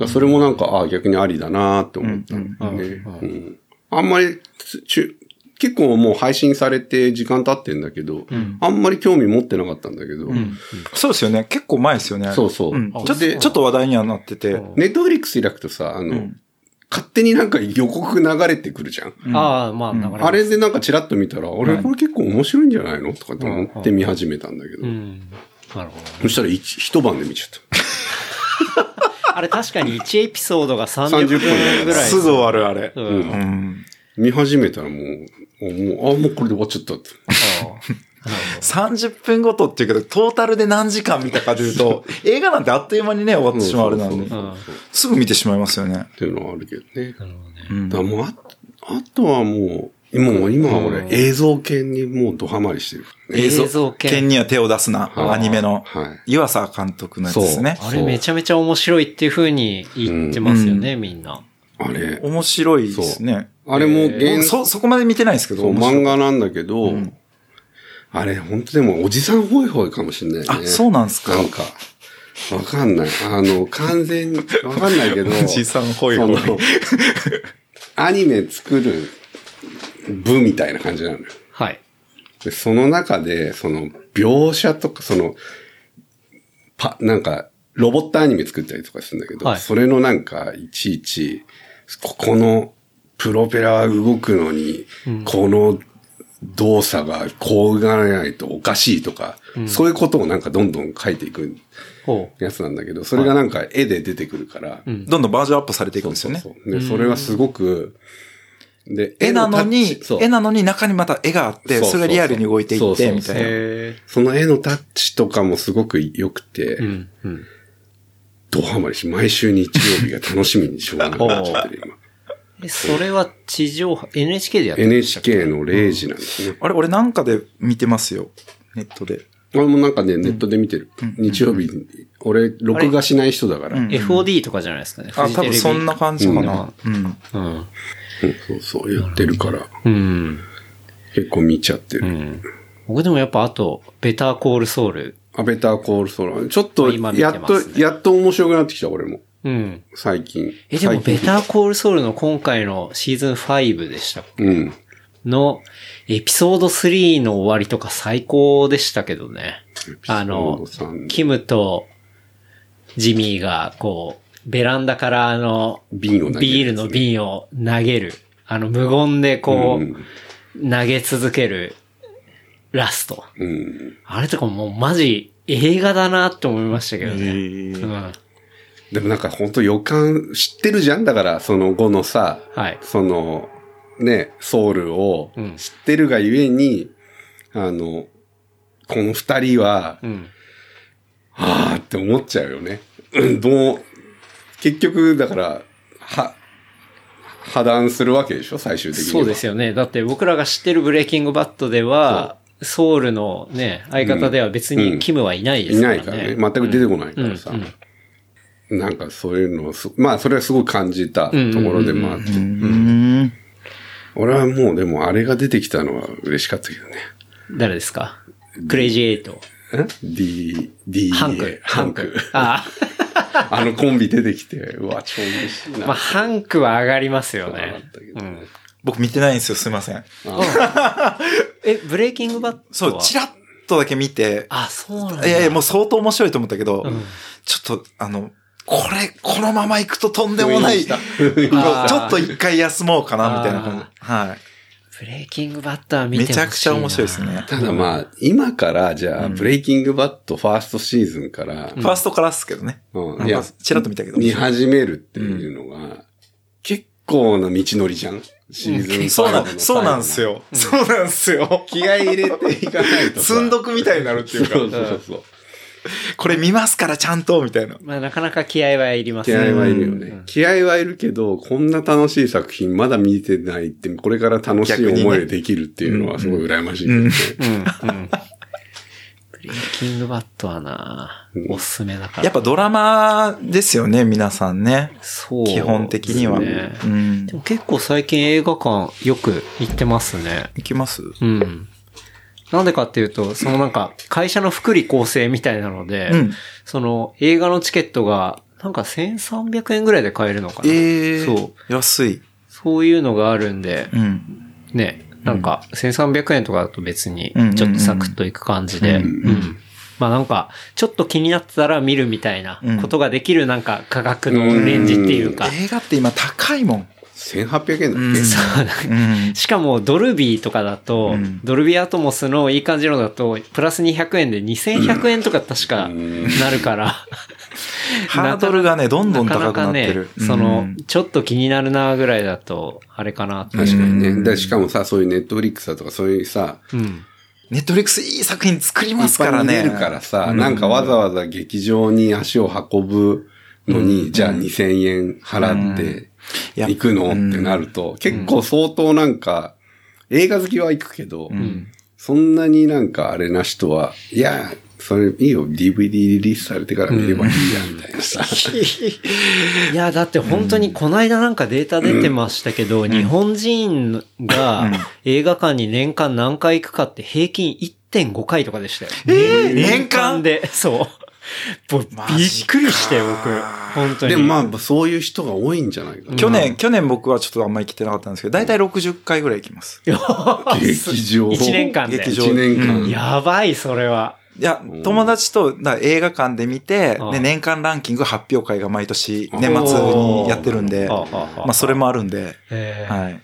らそれもなんか、ああ、逆にありだなーって思ったんだよね。うんあんまりつ中、結構もう配信されて時間経ってんだけど、あんまり興味持ってなかったんだけど、そうですよね。結構前ですよね。そうそううんちょっとでちょっと話題にはなってて。ネットフリックス開くとさ、あの、勝手になんか予告流れてくるじゃん。ああ、まあ、だから。あれでなんかチラッと見たら、あれこれ結構面白いんじゃないのとかって思って見始めたんだけど、うん。なるほど。そしたら一一晩で見ちゃった。あれ確かに1エピソードが30 30分分ぐらい。すぐ終わる、あれ。ううんん。うん。見始めたらもう、もうあ、もうこれで終わっちゃったって。 30分ごとっていうけど、トータルで何時間見たかというと、映画なんてあっという間にね、終わってしまうあれなんでそ。ううんすぐ見てしまいますよねっ。ていうのはあるけどね。うんだからもうあ、あとはもう、もう今は俺映像系にもうドハマりしてるからね。映像系犬には手を出すな。はアいニメの。はい。湯浅監督のやつですね。あれめちゃめちゃ面白いっていう風に言ってますよね、みんな。あれ、面白いですね。あれも原僕そ、そこまで見てないですけど、そう面白い漫画なんだけど、あれ本当でもおじさんホイホイかもしれないね。あ、そうなんですかなんか、わかんない。あの、完全に、わかんないけ 、どおじさんホイホイそのアニメ作る部みたいな感じなのよ。はい。で、その中で、その、描写とか、その、パ、なんか、ロボットアニメ作ったりとかするんだけど、はいそれのなんか、いちいち、ここのプロペラが動くのに、この動作がこうならないとおかしいとか、そういうことをなんかどんどん書いていくほやつなんだけど、それがなんか絵で出てくるから、どんどんバージョンアップされていくんですよねそ。うでそれはすごく、で、絵なのタッにチそ、う絵なのに中にまた絵があって、そうそうそれがリアルに動いていそうっそうそて、うみたう。いな。へその絵のタッチとかもすごく良くて、え。うん。うん。ドハマりし、毎週日曜日が楽しみにしょうがなくな っちゃってる、今。えそれは地上波、NHK でやってる NHK の0時なんですね。あれ、俺なんかで見てますよ。ネットで。俺もなんかね、ネットで見てる。日曜日に、俺、録画しない人だから。うん FOD とかじゃないですかね。あ、フジテ多レビ分そんな感じかな。うん。うん。そうそうそう、やってるから、うん。結構見ちゃってる。うん。僕でもやっぱあと、ベターコールソウル。アベターコールソーラー。ちょっと、今見てやますっねと、やっと面白くなってきた、俺も。うん。最近。え、でも最近ベターコールソウルの今回のシーズン5でしたっけうん。の、エピソード3の終わりとか最高でしたけどね。あエのピソード3、キムとジミーが、こう、ベランダからあの、瓶を投げるやつねビールの瓶を投げる。あの、無言でこう、投げ続けるラスト。うん。あれとかもうマジ映画だなって思いましたけどね。うん。でもなんか本当予感、知ってるじゃんだから、その後のさ、はい。その、ね、ソウルをうん知ってるがゆえに、あの、この二人は、うん。あーって思っちゃうよね。うん、どう、結局、だから、は、破談するわけでしょ最終的には。そうですよね。だって僕らが知ってるブレイキングバットでは、ソウルのね、相方では別うんにキムはいないでいすからなね。いからね。全く出てこないからさ。なんかそういうのをす、まあそれはすごい感じたところでもあって。うん。俺はもうでもあれが出てきたのは嬉しかったけどね。誰ですかクレイジーエイト。ん ?D、D、ハンク。ハンク。ああのコンビ出てきて、うわ、超嬉しいあ、な。まあ、ハンクは上がりますよ上がねったけ。どうん。僕見てないんですよ、すいません。え、ブレイキングバットはそう、チラッとだけ見て、あ、そうなんだ。いやいや、もう相当面白いと思ったけど、んちょっと、あの、これ、このまま行くととんでも ない、ちょあーっと一回休もうかな、みたいな感じ。はい。ブレイキングバットは見てほめしいちなゃくちゃ面白いです。ね。ただまあ、今から、じゃあ、ブレイキングバットファーストシーズンから、ファーストからっすけどね。うんなんいやかちらっと見たけど。見始めるっていうのが、結構な道のりじゃんシーズン5のそうなん、そうなんすよ。そうなんすよ。最後の。気合い入れていかないとさ。積んどくみたいになるっていうかそうそうそう。これ見ますから、ちゃんと、みたいな。まあ、なかなか気合はいります気ね。合はいるよね、気合はいるけど、こんな楽しい作品まだ見てないって、これから楽しい思いできるっていうのはすごい羨ましいけどね、ブレイキングバットはな、おすすめだから。やっぱドラマですよね、皆さんね。そう、基本的には。ねうんで。も結構最近映画館よく行ってますね。いきますうん。なんでかっていうと、そのなんか、会社の福利厚生みたいなので、うんその映画のチケットが、なんか1300円ぐらいで買えるのかな。ええそう。安い。そういうのがあるんで、うん。ね、なんか1300円とかだと別にうんうんうん、ちょっとサクッといく感じで、うんうんまあなんか、ちょっと気になってたら見るみたいなことができるなんか価格のレンジっていうか、映画って今高いもん。 1800円だっけ、うんそうなんかうん。しかもドルビーとかだと、うんドルビーアトモスのいい感じのだと、プラス200円で2100円とか確かなるから、ハードルがね、どんどん高くなってる。そのうん、ちょっと気になるなぐらいだと、あれかなって。確かにうんね。でしかもさ、そういうネットフリックスだとか、そういうさ、うん。ネットフリックスいい作品作りいまっすぱからい見ね。れるからさ、なんかわざわざ劇場に足を運ぶのに、じゃあ2000円払っていや行くの、ってなると、結構相当なんか、映画好きは行くけど、そんなになんかあれな人は、いや、それいいよ、DVD リリースされてから見ればいいや、みたいなさ。いや、だって本当にこの間なんかデータ出てましたけど、日本人が映画館に年間何回行くかって平均1.5回とかでしたよ。えー年間で、そう。もうびっマジかくりして、僕。本当に。でもまあ、そういう人が多いんじゃないかな。去年、去年僕はちょっとあんまり来てなかったんですけど、だいたい60回ぐらい行きます。い劇場。 1年間で。劇場1年間。やばい、それは。や、友達とだから映画館で見て、ああで、年間ランキング発表会が毎年、年末にやってるんで、ああああまあ、それもあるんで、えーはい。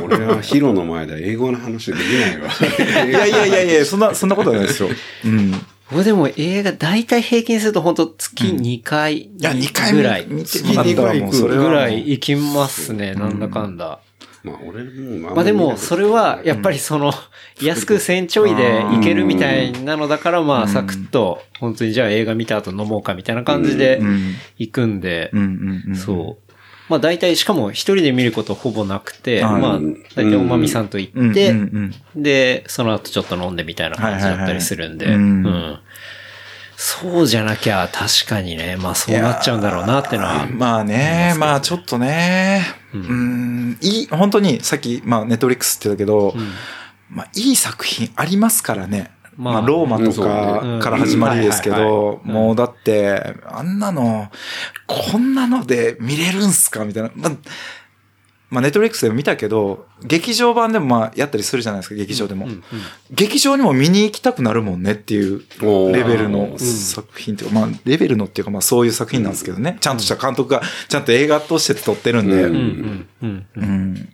もう俺はヒロの前では英語の話できないわ。 いやいやいやいや、 そんな、そんなことはないですよ。うん。僕でも映画、大体平均すると本当月2回いや、2回目。ぐらい。月2回もうそれはもぐうらい行きますね、なんだかんだ。まあ俺もあんまありでも、それは、やっぱりその、安く1000ちょいでいけるみたいなのだから、まあ、サクッと、本当にじゃあ映画見た後飲もうかみたいな感じでん行くんでう、んうんうん。そう。まあ大体、しかも一人で見ることほぼなくて、あーまあ、大体おまみさんと行うん。ってうん、うんで、その後ちょっと飲んでみたいな感じだったりするんで、はいはういはいうんん。そうじゃなきゃ確かにね、まあそうなっちゃうんだろうなってのはうん。まあね、まあちょっとね、うん、いい、本当にさっき、まあネットリックスって言ったけど、まあいい作品ありますからね。まあまあローマとうんそうかねから始まりですけうんはいはど、もうだって、あんなの、こんなので見れるんすかみたいな。まあまあ、ネットリックスでも見たけど、劇場版でもまあやったりするじゃないですか、劇場でも。うんうん劇場にも見に行きたくなるもんねっていうおーレベルの作品っていうか、まあ、レベルのっていうか、まあ、そういう作品なんですけどね。ちゃんとした監督が、ちゃんと映画として撮ってるんで、ううんううんうんうん。なるん。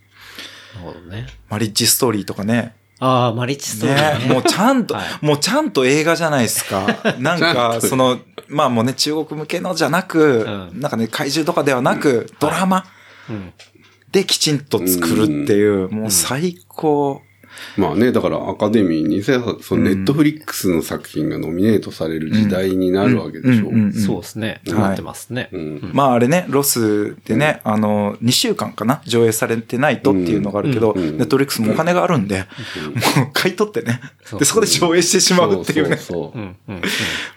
ほどね。マリッジストーリーとかね。ああ、マリッチストーリーねね。もうちゃんと、はいもうちゃんと映画じゃないです か。なんか、その、まあもうね、中国向けのじゃなく、うんなんかね、怪獣とかではなく、ドラマうんできちんと作るっていう、もう最高。まあね、だからアカデミーにさ、そのネットフリックスの作品がノミネートされる時代になるわけでしょ。うんうんうんそうですね。んなってますね。うんまああれね、ロスでね、あの、2週間かな、上映されてないとっていうのがあるけど、うんうんネットリックスもお金があるんで、もう買い取ってね、そうで、そこで上映してしまうっていうね。そうそううそんうんうん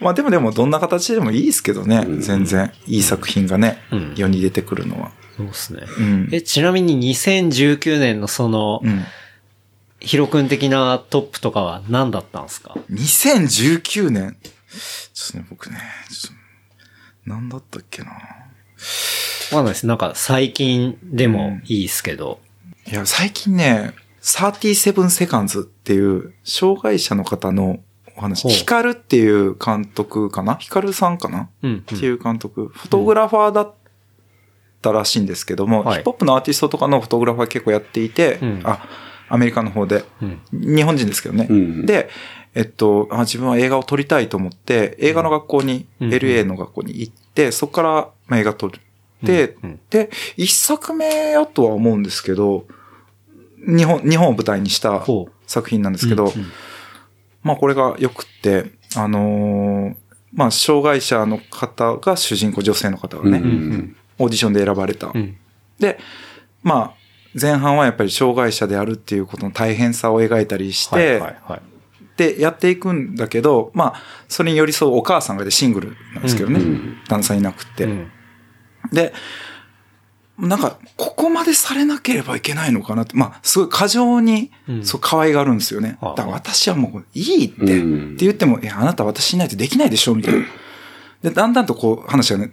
まあでもでも、どんな形でもいいですけどね、全然、いい作品がね、うん世に出てくるのは。そうですね。うん。え、ちなみに2019年のそのう、んヒロ君的なトップとかは何だったんですか2019年。ちょっとね、僕ね、ちょっと、なんだったっけな。わかんないです。なんか最近でもいいですけど。いや、最近ね、37セカンズっていう、障害者の方のお話、ほうヒカルっていう監督かなヒカルさんかな、うんうんっていう監督、フォトグラファーだったらしいんですけども、はいヒップホップのアーティストとかのフォトグラファー結構やっていて、うんあ、アメリカの方で、うん日本人ですけどね。うんで、えっとあ、自分は映画を撮りたいと思って、映画の学校に、うん LA の学校に行って、そこからまあ映画撮る。で、うんうんで、一作目やとは思うんですけど、日本、日本を舞台にしたほう作品なんですけど、うんうんまあこれが良くって、あのーまあ障害者の方が主人公女性の方がう。ね、うんオーディションで選ばれた。うんで、まあ前半はやっぱり障害者であるっていうことの大変さを描いたりして、はいはいはい。でやっていくんだけど、まあ、それに寄り添うお母さんがでシングルなんですけどね、うん旦那さんいなくって、うんで、なんか、ここまでされなければいけないのかなって、まあ、すごい過剰に、うんそう、可愛がるんですよね。はあだから私はもう、いいって、うんって言っても、いや、あなた私いないとできないでしょ、みたいな。で、だんだんとこう、話がね、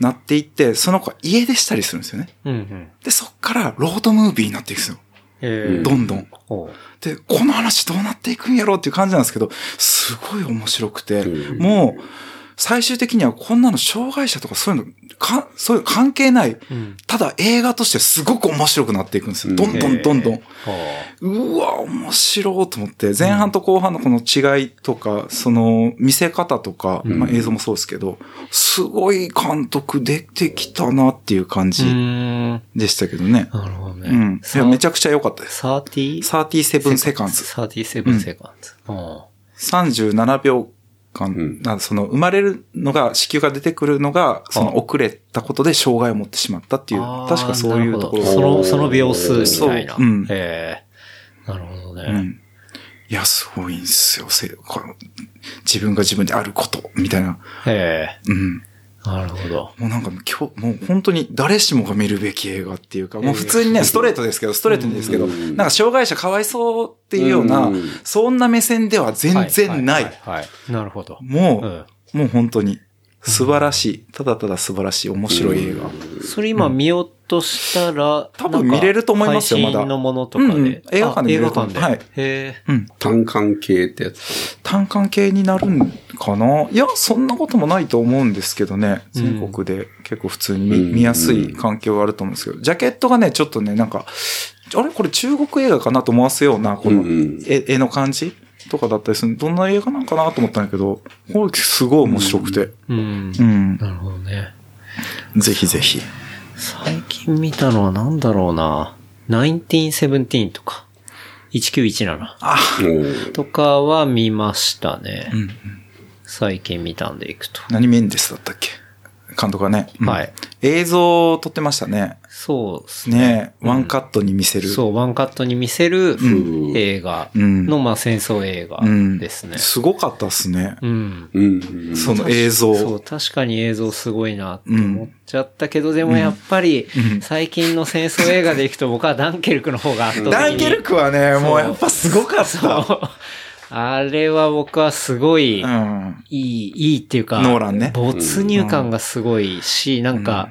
なっていって、その子は家出したりするんですよね。うんうん。で、そっから、ロードムービーになっていくんですよ。えーどんどん。ほで、この話どうなっていくんやろうっていう感じなんですけど、すごい面白くて、もう、最終的にはこんなの障害者とかそういうの、か、そういうの関係ない、ううん。ただ映画としてすごく面白くなっていくんですよ。どんどんどんどん。ほううわ、面白いと思って、前半と後半のこの違いとか、その見せ方とか、まあ、映像もそうですけど、すごい監督出てきたなっていう感うーじん。なでしたけどね。るほどね。うん。いや、めちゃくちゃ良かったです。サーティー37セカンズ。 37セカンズ。うん37秒間、んなその生まれるのが、子宮が出てくるのが、そあの遅れたことで障害を持ってしまったっていう、あー確かそういうところなるほがどその、その秒数みたいな。そううんええなるほどね。うん。いや、すごいんですよ。せこの自分が自分であること、みたいな。ええうん。なるほど。もうなんか今日、もう本当に誰しもが見るべき映画っていうか、もう普通にね、ストレートですけど、ストレートにですけど、うんなんか障害者かわいそうっていうようなうん、そんな目線では全然な。はいははいなるほど。もうう、ん。もう本当に、素晴らしい。ただただ素晴らしい、面白い映画。それ今見ようとしたら、多分見れると思いますよなんかまだ配信のものとかで。うんうん映画館で見れると思あう映画は館いで。へうん。単管系ってやつ。単管系になるんかないや、そんなこともないと思うんですけどね。全国で結構普通に見,、うん見やすい環境はあると思うんですけど。ジャケットがね、ちょっとね、なんか、あれこれ中国映画かなと思わせような、このうんうん絵,、絵の感じとかだったりする。どんな映画なんかなと思ったんだけど、これすごい面白くて。うんう。ん。なるほどね。ぜひぜひ。最近見たのはなんだろうな。1917とか、1917もうとかは見ましたね。うん。最近見たんでいくと。何メンデスだったっけ監督がね。うんはい。映像を撮ってましたね。そうですね。ねえ、ワンカットに見せる。そう、ワンカットに見せるん映画うんの、まあ戦争映画うん。ですね。すごかったっすね。うん。うんうんその映そ像う、。確かに映像すごいなって思っちゃったけど、でもやっぱり、最近の戦争映画でいくと僕はダンケルクの方が圧倒的に。ダンケルクはね、うもうやっぱすごかっそた。う。あれは僕はすごい、いうん。い、いいっていうか、ノーランね没入感がすごいし、なんか、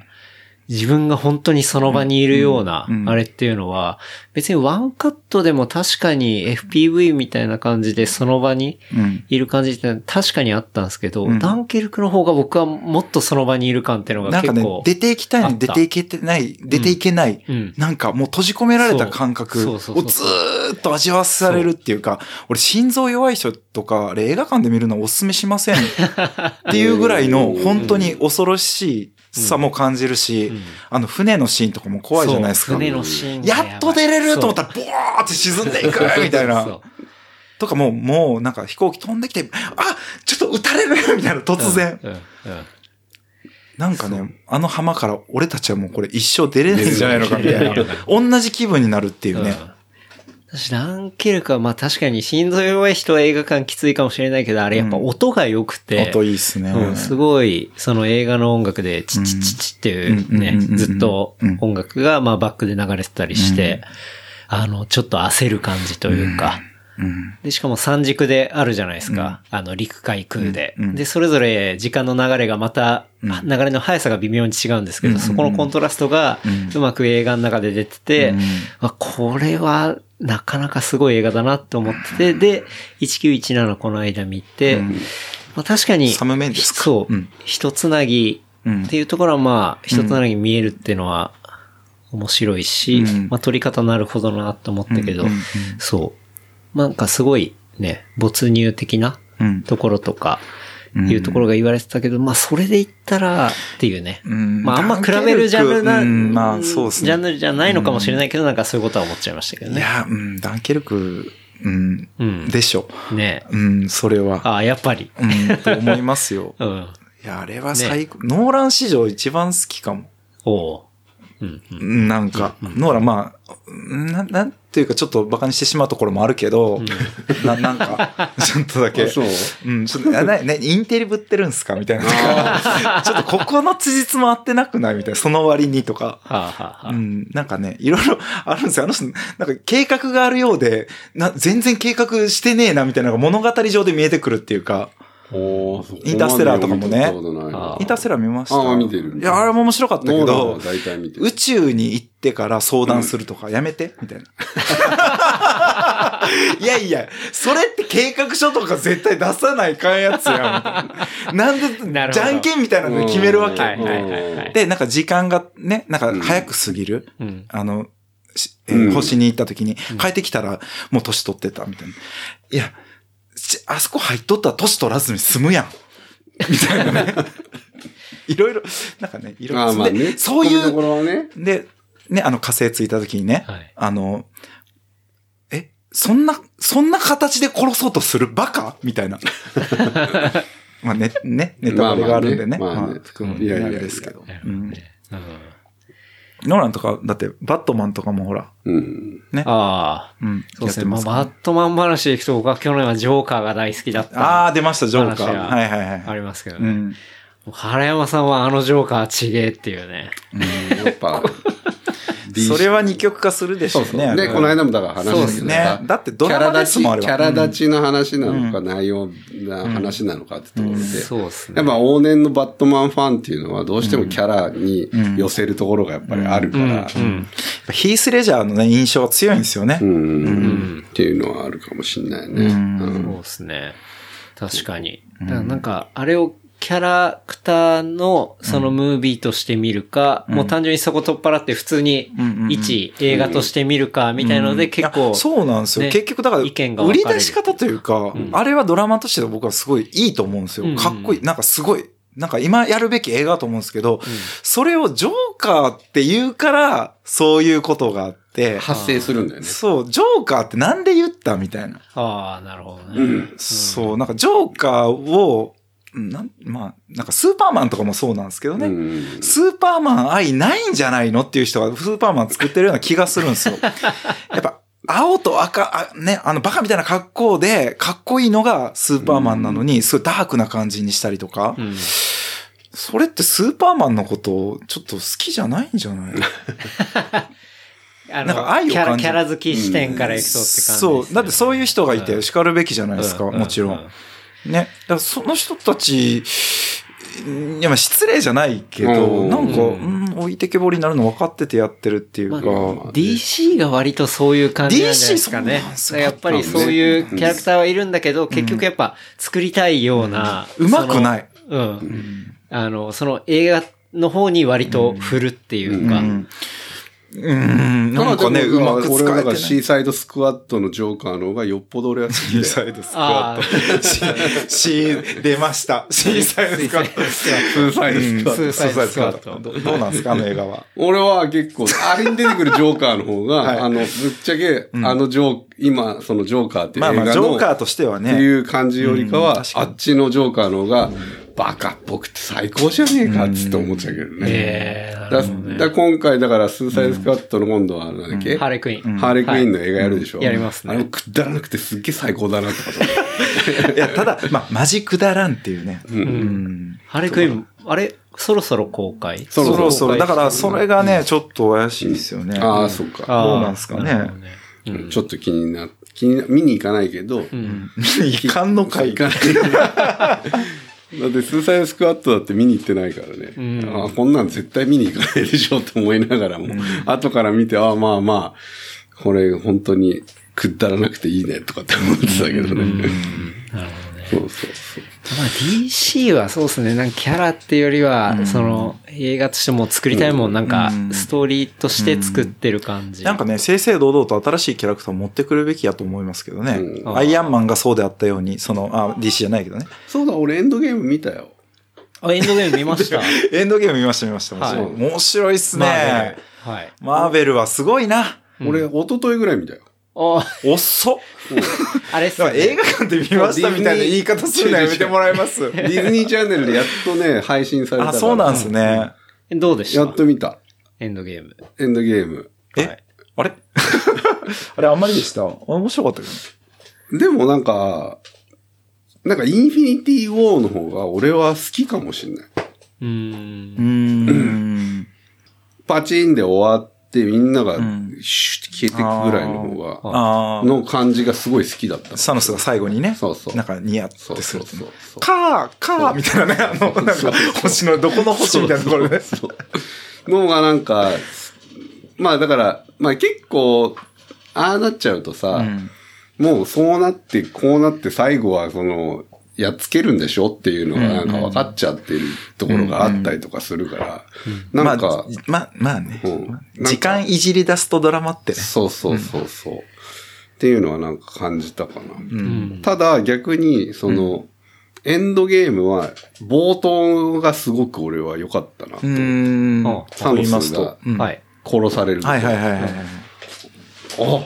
自分が本当にその場にいるようなうんう、んあれっていうのは、別にワンカットでも確かに FPV みたいな感じでその場にうん。いる感じって確かにあったんですけど、うんダンケルクの方が僕はもっとその場にいる感っていうのがなんか結ね構。、出ていきたいのに出ていけてない、出ていけない。うんなんかもう閉じ込められた感覚そうをずそうそうそうーっと味わわされるっていうか、俺心臓弱い人とか、あれ映画館で見るのおすすめしませんっていうぐらいの本当に恐ろしさも感じるし、あの船のシーンとかも怖いじゃないですそかう。船のシーンがばいやっと出れると思ったら、ボーって沈んでいく みたそいうそうな。そうとかもう、もうなんか飛行機飛んできて、あちょっと撃たれるみたいな突然。うんうんなんかね、あの浜から俺たちはもうこれ一生出れないんじゃないのかみたいな出れな。同じ気分になるっていうね。うん私、ランケルクは、まあ確かに心臓弱い人は映画館きついかもしれないけど、あれやっぱ音が良くて、音いいっすね。うんすごい、その映画の音楽で、チッチッチッチッっていううんねうんうんうんう、んずっと音楽が、まあバックで流れてたりして、あの、ちょっと焦る感じというか、うんで、しかも三軸であるじゃないですか。あの、陸海空で、うんうんで、それぞれ時間の流れがまた、ん流れの速さが微妙に違うんですけど、うんそこのコントラストがううまく映画の中で出てて、うんあこれはなかなかすごい映画だなと思ってて、で、1917この間見て、うんまあ確かに、サムメンデスかそう、うん一つなぎうんっていうところはまあ、一つなぎ見えるっていうのは面白いし、うんまあ撮り方なるほどなと思ったけど、うんうんそう。なんかすごいね、没入的なうんところとか、いうところが言われてたけど、まあそれで言ったらっていうね。うんまああんま比べるジャンルな、うんまあそうですねジャンルじゃないのかもしれないけど、なんかそういうことは思っちゃいましたけどいね。や、うん、ダンケルク、うん、うんでしょ。ねうん、それは。ああ、やっぱり。うん、と思いますよ。うん。いや、あれは最 高、ノーラン史上一番好きかも。おう。うん、うん。なんか、ノーランまあ、な、なんていうかちょっと馬鹿にしてしまうところもあるけど、な、なんか、 ちょっとだけ。あそううん、ちょっと、あなね、インテリぶってるんすかみたいな。 ちょっとここの辻褄合ってなくないみたいな、その割にとか。はあ、はあうはん、なんかね、いろい ろあるんですよ。あの人、なんか計画があるようで、な、全然計画してねえな、みたいなのが物語上で見えてくるっていうか、おーそこまでインターステラーとかもね見たことないあなーインターセラー見ましたあー見てるいや、あれも面白かったけノーランはど、大体見てる宇宙に行ってから相談するとかやめて、みたいな。 いやいや、それって計画書とか絶対出さないかんやつやんみたい な。ななんるで、ほどじゃんけんみたいなので決めるわけ。うんはいはいはいはいで、なんか時間がね、なんか早く過ぎる。い。うん。あの、しえーうん星に行った時に、帰ってきたらもう年取ってた、みたいな。いや、ちあそこ入っとったら年取らずに済むやん。みたいな ね。いろいろ、なんかね、いろあーいまろ。あでね。そうい突っ込みどこう、ろはね。で、ね、あの火星ついた時にね、はいあの、え、そんな、そんな形で殺そうとするバカみた いな。まあね、ね、ネタバレがあるんでね。まあまあねまあまねあ含むいやいやあいやれですけど。なるうほどんねうんノーランとか、だって、バットマンとかもほら、うん。ああ。うん、そうですね。やまあ、ってますバットマン話でいくと、僕は去年はジョーカーが大好きだっあた。あ、出ました、ジョーカー。話がはいはいあはい。りますけどうね。ん。原山さんはあのジョーカーちげえっていうね。やっぱ、それは二極化するでしょうね。ね、この間もだから話そうでですすけどねさ。だってドラマですもんあれはキャラ立ちの話なのか、内容な話なのかってところで。そうですねやっ。ぱ往年のバットマンファンっていうのはどうしてもキャラに寄せるところがやっぱりあるから、うん。ヒース・レジャーのね、印象は強いんですよね。うんっていうのはあるかもしれないね。うんそうですね。確かに。だからなんか、あれをキャラクターのそのムービーとして見るか、もう単純にそこ取っ払って普通にうんうんうん一映画として見るかみたいので結いや構、そうなんですよ。ね結局だから、意見が分売かれりる出し方というか、んあれはドラマとして僕はすごいいいと思うんですよ。うんうんかっこいい。なんかすごい。なんか今やるべき映画だと思うんですけど、それをジョーカーって言うから、そういうことがあって、発生するんだよね。そう、ジョーカーってなんで言ったみたいな。ああ、なるほどね。そう、なんかジョーカーを、なん、まあ、なんかスーパーマンとかもそうなんですけどね。うんスーパーマン愛ないんじゃないのっていう人がスーパーマン作ってるような気がするんで すよ。やっぱ、青と赤、あね、あの、バカみたいな格好で、かっこいいのがスーパーマンなのに、すごいダークな感じにしたりとか、うんそれってスーパーマンのこと、ちょっと好きじゃないんじゃ ないあなんか愛をの、キャ感ラ、じキャラ好き視点からいくとって感じですね、そう。だってそういう人がいて、叱るべきじゃないですか、うもちろ。うんね。だからその人たち、いやまあ失礼じゃないけど、うんなんか、ううんん、置いてけぼりになるの分かっててやってるっていうまか。あああ DC が割とそういう感じなんじゃないですか DC ね。そうなんやですよっぱりそういうキャラクターはいるんだけど、結局やっぱ作りたいような。うまくない。その。うん。あの、その映画の方に割と振るっていうか。うん。うん、なんかね、ただうでもまく使俺はえてだかならシーい。サイドスクワットのジョーカーの方がよっぽど俺は 好きで。サイドスクああ、ト。シー、出ました。シーサイドスクワット。スーサイドスクワッうトんスーサイドスクワットスーサイドスクワッどどうなんですか、あの映画は。俺は結構、あれに出てくるジョーカーの方が、はいあの、ぶっちゃけ、あのジョー、今、そのジョーカーっていうまあ映まあ、画ジョの、ーカーとしてはってね。いう感じよりかうは、ん確かあにっちのジョーカーの方が、バカっぽくて最高じゃねえかっつって思っちゃうけどね。ええなだるほどねだ今回、だから、スーサイドスクワットの今度は、なんだっけ、ハーレクイーン。ハーレクイーンの映画やるでしょ、はいやりますねあれくだらなくてすっげえ最高だなってこと。いや、ただ、まあ、マジくだらんっていうね。うんハーレクイーン、あれそろそろ公開そろそろそろ。だから、そそれがね、ちょっと怪しいですよね。ああ、そっか。どうなんすかねうんちょっと気にな、気にな、見に行かないけど、 いかんのかい 行。かない。だって、スーサイドスクワットだって見に行ってないからね。あこんなん絶対見に行かないでしょって思いながらも、後から見て、ああ、まあまあ、これ本当にくだらなくていいねとかって思ってたけ どね。そうそうそう。まあ DC はそうですね、なんかキャラっていうよりは、その映画としてもう作りたいもん、なんかストーリーとして作ってる感じ。なんかね、正々堂々と新しいキャラクターを持ってくるべきやと思いますけどね。うアイアンマンがそうであったように、その、あ、DC じゃないけどね。そうだ、俺エンドゲーム見たよ。あ、エンドゲーム見ました。エンドゲーム見ました見ました。はい面白いっすまあねね。はい。マーベルはすごいな。俺、一昨日ぐらい見 たよ。あ、遅っ。あれっすだから映ね。画館で見ましたみたいな言い方するのやめてもらえますディズニーチャンネルでやっとね、配信されたあ、から。そうなんですね。どうでしやったと見た。エンドゲーム。エンドゲーム。えあれ あれあんまりでした。あ面白かったけどね。でもなんか、なんかインフィニティ・ウォーの方が俺は好きかもしんない。うーん。うーん。パチンで終わってみんながんシュッて消えていくぐらいの方が、ああ。の感じがすごい好きだった。サノスが最後にね。そうそうなんかニヤってすそうるそうそうそう。カー、カーみたいなね、あの、なんか、星の、どこの星みたいなところで。そうのがなんか、まあだから、まあ結構、ああなっちゃうとさ、んもうそうなって、こうなって最後はその、やっつけるんでしょっていうのがなんか分かっちゃってるところがあったりとかするから、なんか、まあ、まあねうんなんか時間いじり出すとドラマってね。そうそうそうそう。っていうのはなんか感じたかな。ただ逆に、その、エンドゲームは冒頭がすごく俺は良かったなと。んあサとノ言いまスすがと。うんはい。殺されると。はいはいはいはいはい。あ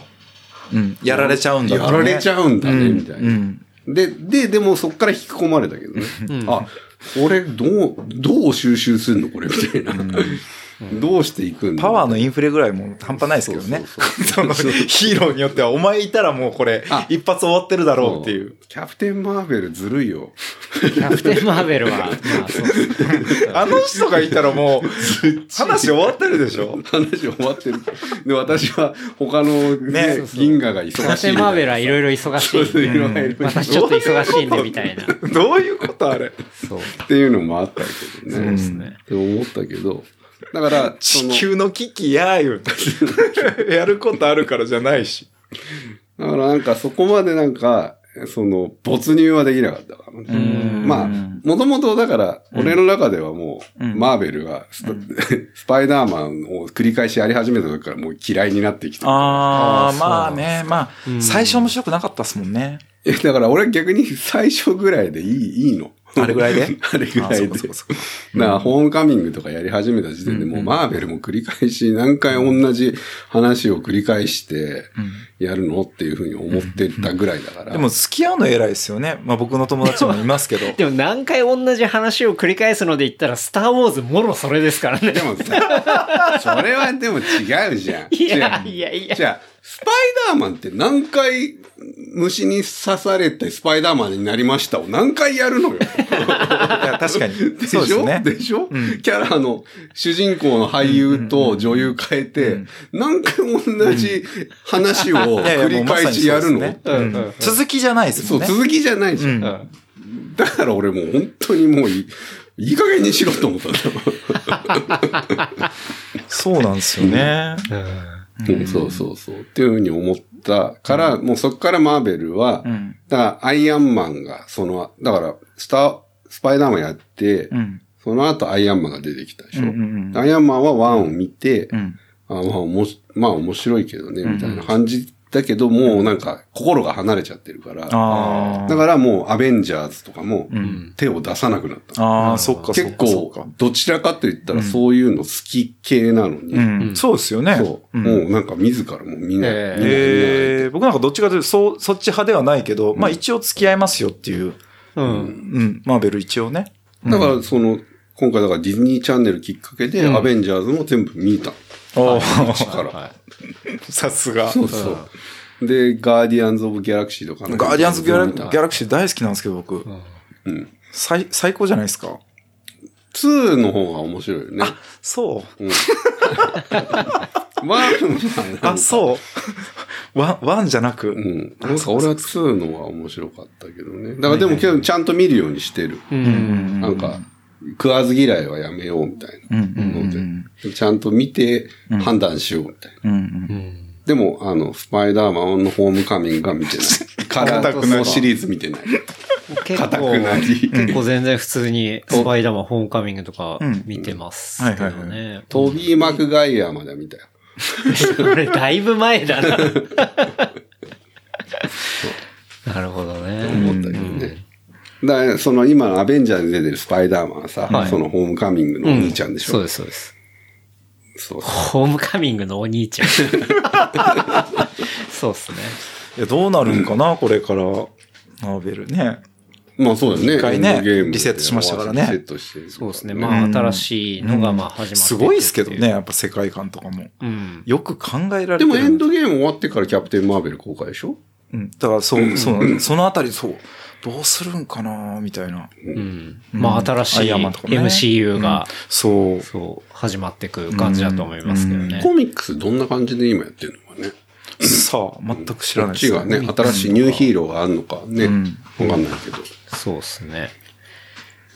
うん。やられちゃうんだやられちゃゃうんだね、みたいな。うん。で、で、でもそっから引き込まれたけどね。あ、俺、どう、どう収集するのこれ、みたいな。どうしていくんだパワーのインフレぐらいもう半端ないですけどね。 そのヒーローによっては、お前いたらもうこれあ、一発終わってるだろうっていう。。キャプテン・マーベルずるいよ。キャプテンマーベルは、まあそうっすねあの人がいたら もう、話終わってるでしょ話終わってる。で、私は他の、ねね銀河が忙しい。キャプテンマーベルはいろいろ忙しそうい。いろいろ私ちょっと忙しいんで、みたいな。どういうことあれ。そう。っていうのもあったけどね。そうですね。って思ったけど。だから、そ地の球の危機やー言う てやることあるからじゃないし。だからなんかそこまでなんか、その、没入はできなかったからね。まあ、もともとだから、俺の中ではもう、マーベルはス,、 スパイダーマンを繰り返しやり始めた時からもう嫌いになってきた。ああ、まあね、まあ、最初面白くなかったですもんね。えだから俺逆に最初ぐらいでいい、いいの。あれぐらいであれぐらいで。 あそうかそうかだから、ホームカミングとかやり始めた時点でもうマーベルも繰り返し、何回同じ話を繰り返して、やるのっていうふうに思ってたぐらいだから。でも、付き合うの偉いですよね。まあ僕の友達もいますけ ど。でも何回同じ話を繰り返すので言ったら、スターウォーズもろそれですからねで。もさ、それはでも違うじゃん。いや違ういやいやじゃあ、スパイダーマンって何回虫に刺されてスパイダーマンになりましたを何回やるのよ。いや確かに。でしそうですょね。でしょ、キャラの主人公の俳優と女優変えて、何回も同じ話を いやいや繰り返しやるの、もうまさにそうですねうん続きじゃないですそもう、んね。続きじゃないじゃん。だから俺もう本当にもういい、いい加減にしろと思ったんだそうなんですよね。うんそうそうそう。っていうふうに思ったから、もうそこからマーベルは、んだからアイアンマンが、その、だから、スター、スパイダーマンやって、んその後アイアンマンが出てきたでしょ。うんうんアイアンマンはワンを見て、んあまあ、おもしまあ面白いけどね、みたいな感じだけど、もうなんか心が離れちゃってるから、あだからもうアベンジャーズとかも手を出さなくなった。あ。ああ、そっか、そっ結か、そっ構か。、どちらかと言ったらそういうの好き系なのに、うん。そうですよね。そう。もうなんか自らもみんな、ええみんなえー僕なんかどっちかというと、そう、そっち派ではないけど、まあ一応付き合いますよっていう。うん。うん、マーベル一応ね。だからその、今回だからディズニーチャンネルきっかけで、アベンジャーズも全部見た。おお、から。 さすが。そうそう。で、ガーディアンズ・オブ・ギャラクシーとかなんかガーディアンズギャラ・ギ全部見ャたラクシー大好きなんですけど、僕。ん最、最高じゃないですか。 2の方が面白いよね。そう。ワンはなんかあ、そう。 ワン、ワンじゃなく。うん。なんか俺は2の方が面白かったけどね。だからでも今日ちゃんと見るようにしてる。なんか、食わず嫌いはやめようみたいなので。ちゃんと見て判断しようみたいな。でも、あの、スパイダーマンのホームカミングが見て ない。カラーとそのシリーズ見てない。結硬構くなり、結構全然普通に、スパイダーマン、ホームカミングとか見てますけどうんはいね。トビー・マクガイアまでは見たよ。それだいぶ前だ な。 なるほどね。思ったけどね。だから、その今のアベンジャーズで出てるスパイダーマンはさ、はいそのホームカミングのお兄ちゃんでしょ。そうです、そうです。そうホームカミングのお兄 ちゃん。そうですね。いや、どうなるんかな、これから。マーベルね。まあそうだよね。一回ねエンドゲームでリセットしましたからねリセットしてるそうですね。まあ、新しいのがまあ始まってすごいですけどね、。やっぱ世界観とかも。うん。よく考えられてでる。もエンドゲーム終わってからキャプテン・マーベル公開でしょうん。だから、そう、そう、そのあたり、そう、どうするんかな、みたいな。うん。まあ、新しアいイアンマンとかもね MCU が、そう。そう、始まってく感じだと思いますけどね。コミックスどんな感じで今やってるのかね。さあ、全く知らこなっいちがね、新しいニューヒーローがあるのかね。わ、かんないけど。そうですね。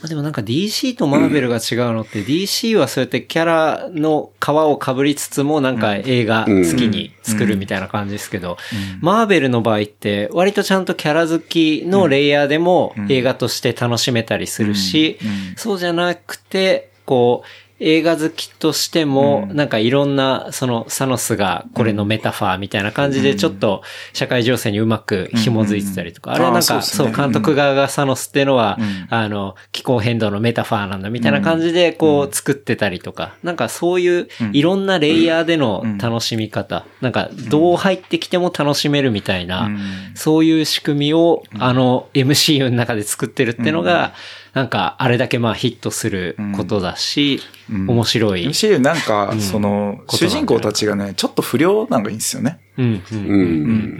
まあ、でもなんか DC とマーベルが違うのって、DC はそうやってキャラの皮をかぶりつつもなんか映画好きに作るみたいな感じですけど、マーベルの場合って割とちゃんとキャラ好きのレイヤーでも映画として楽しめたりするし、そうじゃなくて、こう、映画好きとしても、なんかいろんな、その、サノスがこれのメタファーみたいな感じで、ちょっと社会情勢にうまく紐づいてたりとか、あれはなんあーか、そそうでう、すね監督側がサノスっていうのはん、あの、気候変動のメタファーなんだみたいな感じで、こう、作ってたりとか、なんかそういういろんなレイヤーでの楽しみ方、なんか、どう入ってきても楽しめるみたいな、そういう仕組みを、あの、MCU の中で作ってるってのが、なんか、あれだけまあヒットすることだし、面白い。 MCU なんか、その、ことな主んじゃない人公たちがね、ちょっと不良なんかいいんですよね。うん、うん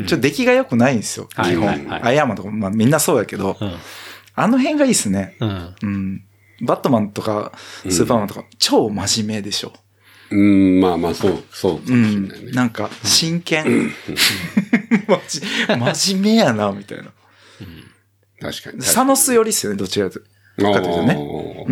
うん。ちょっと出来が良くないんですよ、はい基本。はいはいアイアンマンとか、まあみんなそうやけど、うんあの辺がいいですね。うん。うん。バットマンとか、スーパーマンとか、超真面目でしょ。うん、まあまあ、そう、そううかもしれんないね。。なんか、真剣。 マジ真面目やな、みたいな。確かに。サノス寄りっすよね、どちらかというとね。あ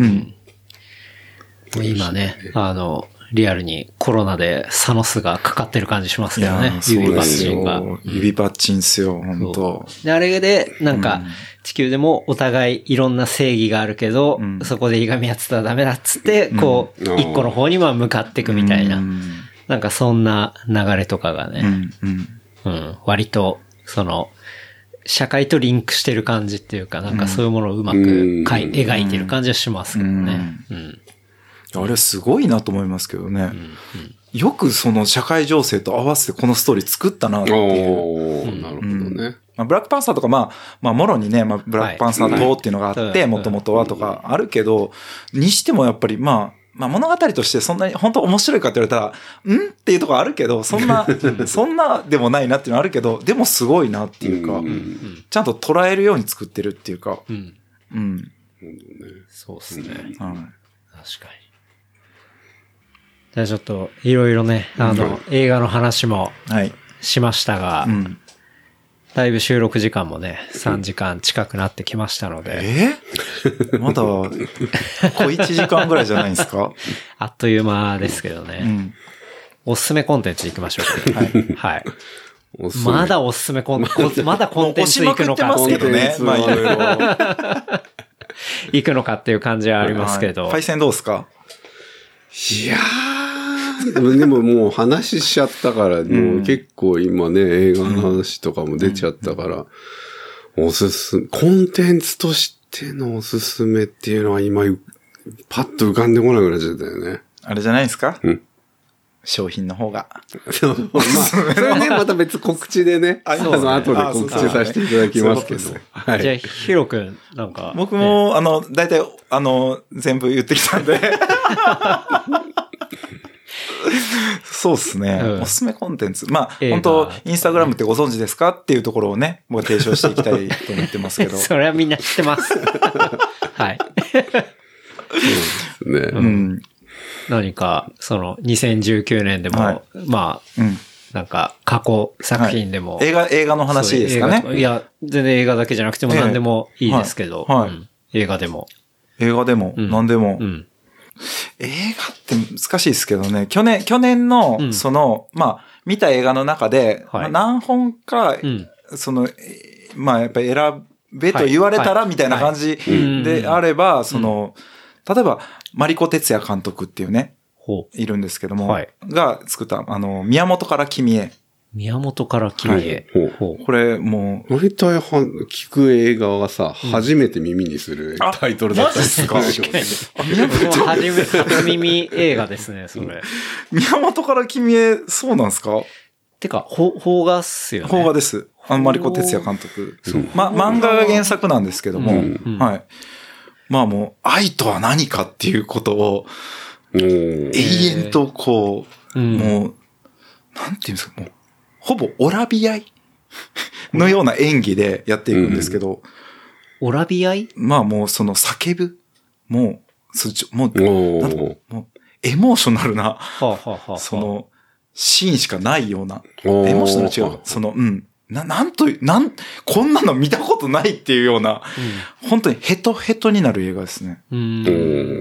うーん。今ね、あの、リアルにコロナでサノスがかかってる感じしますいけどねや、ー指そうパッですチンが。よ。指パッチンっすよ、本当で、あれで、なんうかん、地球でもお互いいろんな正義があるけど、うんそこでいがみ合ってたらダメだっつって、こう、うん一個の方にまあ向かっていくみたいな、うんなんかそんな流れとかがうね、ん、うん。うん、割と、その、社会とリンクしてる感じっていうか、なんかそういうものをうまくかい、うん描いてる感じはしますけどね。うん。あれすごいなと思いますけどね。よくその社会情勢と合わせてこのストーリー作ったなっていう。おーなるほどね。まあ、ブラックパンサーとか、まあ、まあ、もろにね、まあ、ブラックパンサー党っていうのがあっはて、いもともとはとかあるけど、にしてもやっぱり、まあ、まあ、物語としてそんなに本当面白いかって言われたら、んっていうとこあるけど、そんな、そんなでもないなっていうのはあるけど、でもすごいなっていうか、んちゃんと捉えるように作ってるっていうか、うん。うん。そうっすね。はい確かに。じゃあちょっと、いろいろね、あの、映画の話もはい。しましたが、うん。だいぶ収録時間もね、3時間近くなってきましたので、えまだ、小1時間ぐらいじゃないですかあっという間ですけどうね。ん。おすすめコンテンツ行きましょうか。 はい。おすすめまだおすすめコンテン ツ、まだコンテンツ行くのかもう押しまくってま、すけどねまあいろいろ行くのかっていう感じはありますけどパ。イセンどうですかいやー、でもでももう話しちゃったから、もう結構今ね、映画の話とかも出ちゃったから、おすすめ、コンテンツとしてのおすすめっていうのは今、パッと浮かんでこなくなっちゃったよ ね。あれじゃないですかうん商品の方が。そうまあ、それね、また別告知でね、あそうねの後で告知させていただきますけあどそうそう。はじゃあ、い。ヒロ君、なんか。僕も、あの、大体、あの、全部言ってき たんで。そうですね、うんおすすめコンテンツ。まあ、映画本当インスタグラムってご存知ですかっていうところをね、僕は提唱していきたいと思ってますけね、ど。それはみんな知ってます。 はい。ね、うん。何か、その、2019年でも、はいまあ、うん。なんか、過去作品でも、はい映画、映画の話ですかそういねう映画と。いや、全然映画だけじゃなくてもええ何でもいいですけど、はいはいうん映画でも。映画でも、うん何でも、うん。映画って難しいですけどね。去年、去年のう、んその、まあ、見た映画の中で、はいまあ何本か、うん。その、えーまあ、やっぱり選べとはい言われたはら、いみたいな感じいであれば、その、例えば、マリコ哲也監督っていうね、ほう。いるんですけども、はいが作った、あの、宮本から君へ。宮本から君へ。はいほう。これ、もう、大体は聞く映画はさ、初めて耳にするタイトルだったりする あマジっでしょ 宮本初め、初耳映画ですね、それ。宮本から君へ、そうなんですかてか、ほ、邦画っすよね。邦画で。です。あの、マリコ哲也監督。ま、漫画が原作なんですけども、うんうんはい。まあもう、愛とは何かっていうことを、おー永遠とこう、うんもう、なんていうんですか、もう、ほぼオラビアイのような演技でやっていくんですけど、オラビアイまあもうその叫ぶ、もう、そちょもう、おなんーもうエモーショナルな、はあ、はあはあはあ、その、シーンしかないような、おーエモーショナル違う、その、うん、な、なんという、なん、こんなの見たことないっていうような、本当にヘトヘトになる映画ですね。うん。おうん。